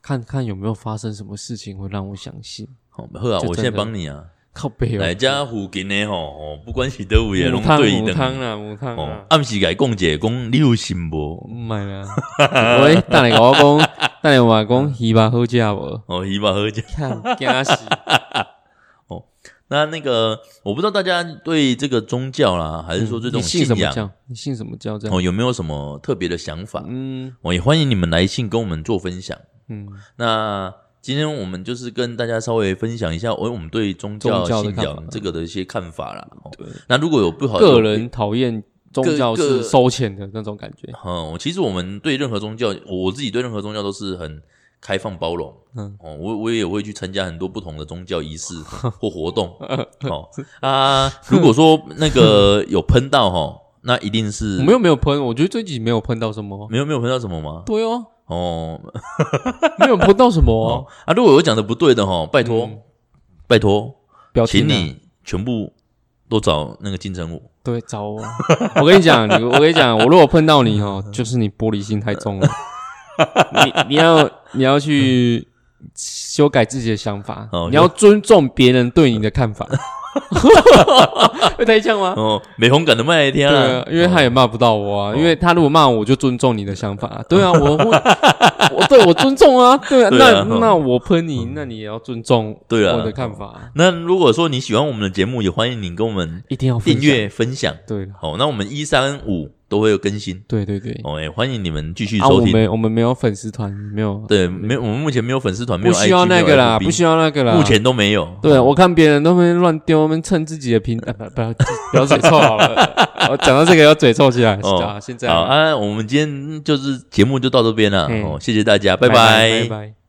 Speaker 2: 看看有没有发生什么事情会让我相信。
Speaker 1: 好，好啊，
Speaker 2: 就
Speaker 1: 我现在
Speaker 2: 真的
Speaker 1: 帮你啊。
Speaker 2: 靠背哦
Speaker 1: 来，家附近的吼，哦不管是倒位的
Speaker 2: 母
Speaker 1: 拢
Speaker 2: 汤
Speaker 1: 对
Speaker 2: 母
Speaker 1: 等。
Speaker 2: 汤啦，母汤
Speaker 1: 哦
Speaker 2: 啦，，
Speaker 1: 暗时甲伊讲者，讲你有信无？
Speaker 2: 唔买啦。 喂，等下我讲，等下我讲，鱼吧好食无？
Speaker 1: 哦，伊嘛好食。
Speaker 2: 看，惊死！
Speaker 1: 那那个，我不知道大家对这个宗教啦，还是说对这
Speaker 2: 嗯
Speaker 1: 种
Speaker 2: 你信什么
Speaker 1: 仰
Speaker 2: 教？你信什么教？这样，
Speaker 1: 哦，有没有什么特别的想法？
Speaker 2: 嗯
Speaker 1: 哦，也欢迎你们来信跟我们做分享。
Speaker 2: 嗯，
Speaker 1: 那今天我们就是跟大家稍微分享一下，哦我我们对宗教、
Speaker 2: 宗教的
Speaker 1: 信
Speaker 2: 看
Speaker 1: 仰
Speaker 2: 法
Speaker 1: 这个的一些看法啦。哦
Speaker 2: 对，
Speaker 1: 那如果有不好的
Speaker 2: 个人讨厌宗教
Speaker 1: 个
Speaker 2: 是
Speaker 1: 个
Speaker 2: 收钱的那种感觉。
Speaker 1: 嗯，其实我们对任何宗教，我自己对任何宗教都是很开放包容。
Speaker 2: 嗯，
Speaker 1: 哦，我我也会去参加很多不同的宗教仪 式或活动。
Speaker 2: 嗯
Speaker 1: 哦啊，如果说那 个有喷到哈，那一定是
Speaker 2: 我们又没有喷，我觉得这集没有喷到什么。啊
Speaker 1: 没有没有喷到什么吗？
Speaker 2: 对哦，
Speaker 1: 哦
Speaker 2: 没有喷到什么
Speaker 1: 哦
Speaker 2: 哦。
Speaker 1: 啊，如果有讲的不对的哈，拜托、
Speaker 2: 嗯
Speaker 1: 拜托，
Speaker 2: 表情
Speaker 1: 请
Speaker 2: 啊
Speaker 1: 你全部都找那个金城武。
Speaker 2: 对找我。我跟你讲，你我跟你讲，我如果碰到你哦，就是你玻璃心太重了。你你要你要去修改自己的想法
Speaker 1: 哦，
Speaker 2: 你要尊重别人对你的看 法。 会太呛吗？
Speaker 1: 哦，美红感的麦来听
Speaker 2: 对
Speaker 1: 啦哦
Speaker 2: 啊，，因为他也骂不到我啊，因为他如果骂我，我就尊重你的想法、对啊，我会，我对我尊 重啊，对啊，
Speaker 1: 哦对
Speaker 2: 那
Speaker 1: 啊嗯
Speaker 2: 那我喷你，那你也要尊重
Speaker 1: 对啊
Speaker 2: 我的看法啊，
Speaker 1: 那如果说你喜欢我们的节目，也欢迎你跟我们
Speaker 2: 一定要分
Speaker 1: 订
Speaker 2: 享。
Speaker 1: 阅分享。
Speaker 2: 对了，
Speaker 1: 好，那我们一三五都会有更新
Speaker 2: 对对对，
Speaker 1: 哦，也欢迎你们继续
Speaker 2: 啊，
Speaker 1: 收
Speaker 2: 我
Speaker 1: 听。
Speaker 2: 们我们没有粉丝团，没有，
Speaker 1: 对，没有，我们目前没有粉丝团，没
Speaker 2: 不
Speaker 1: 有
Speaker 2: 需要
Speaker 1: IG
Speaker 2: 那个啦，
Speaker 1: 没
Speaker 2: 不
Speaker 1: 有 FB
Speaker 2: 需要那个啦，
Speaker 1: 目。前都没有。
Speaker 2: 对，啊我看别人都会乱丢，他们蹭自己的平，啊、不 不要不要嘴臭好 了。我讲到这个要嘴臭起来、
Speaker 1: 哦
Speaker 2: 啊！现在
Speaker 1: 好啊，我们今天就是节目就到这边了
Speaker 2: 嗯
Speaker 1: 哦，谢谢大家，
Speaker 2: 拜
Speaker 1: 拜
Speaker 2: 拜拜。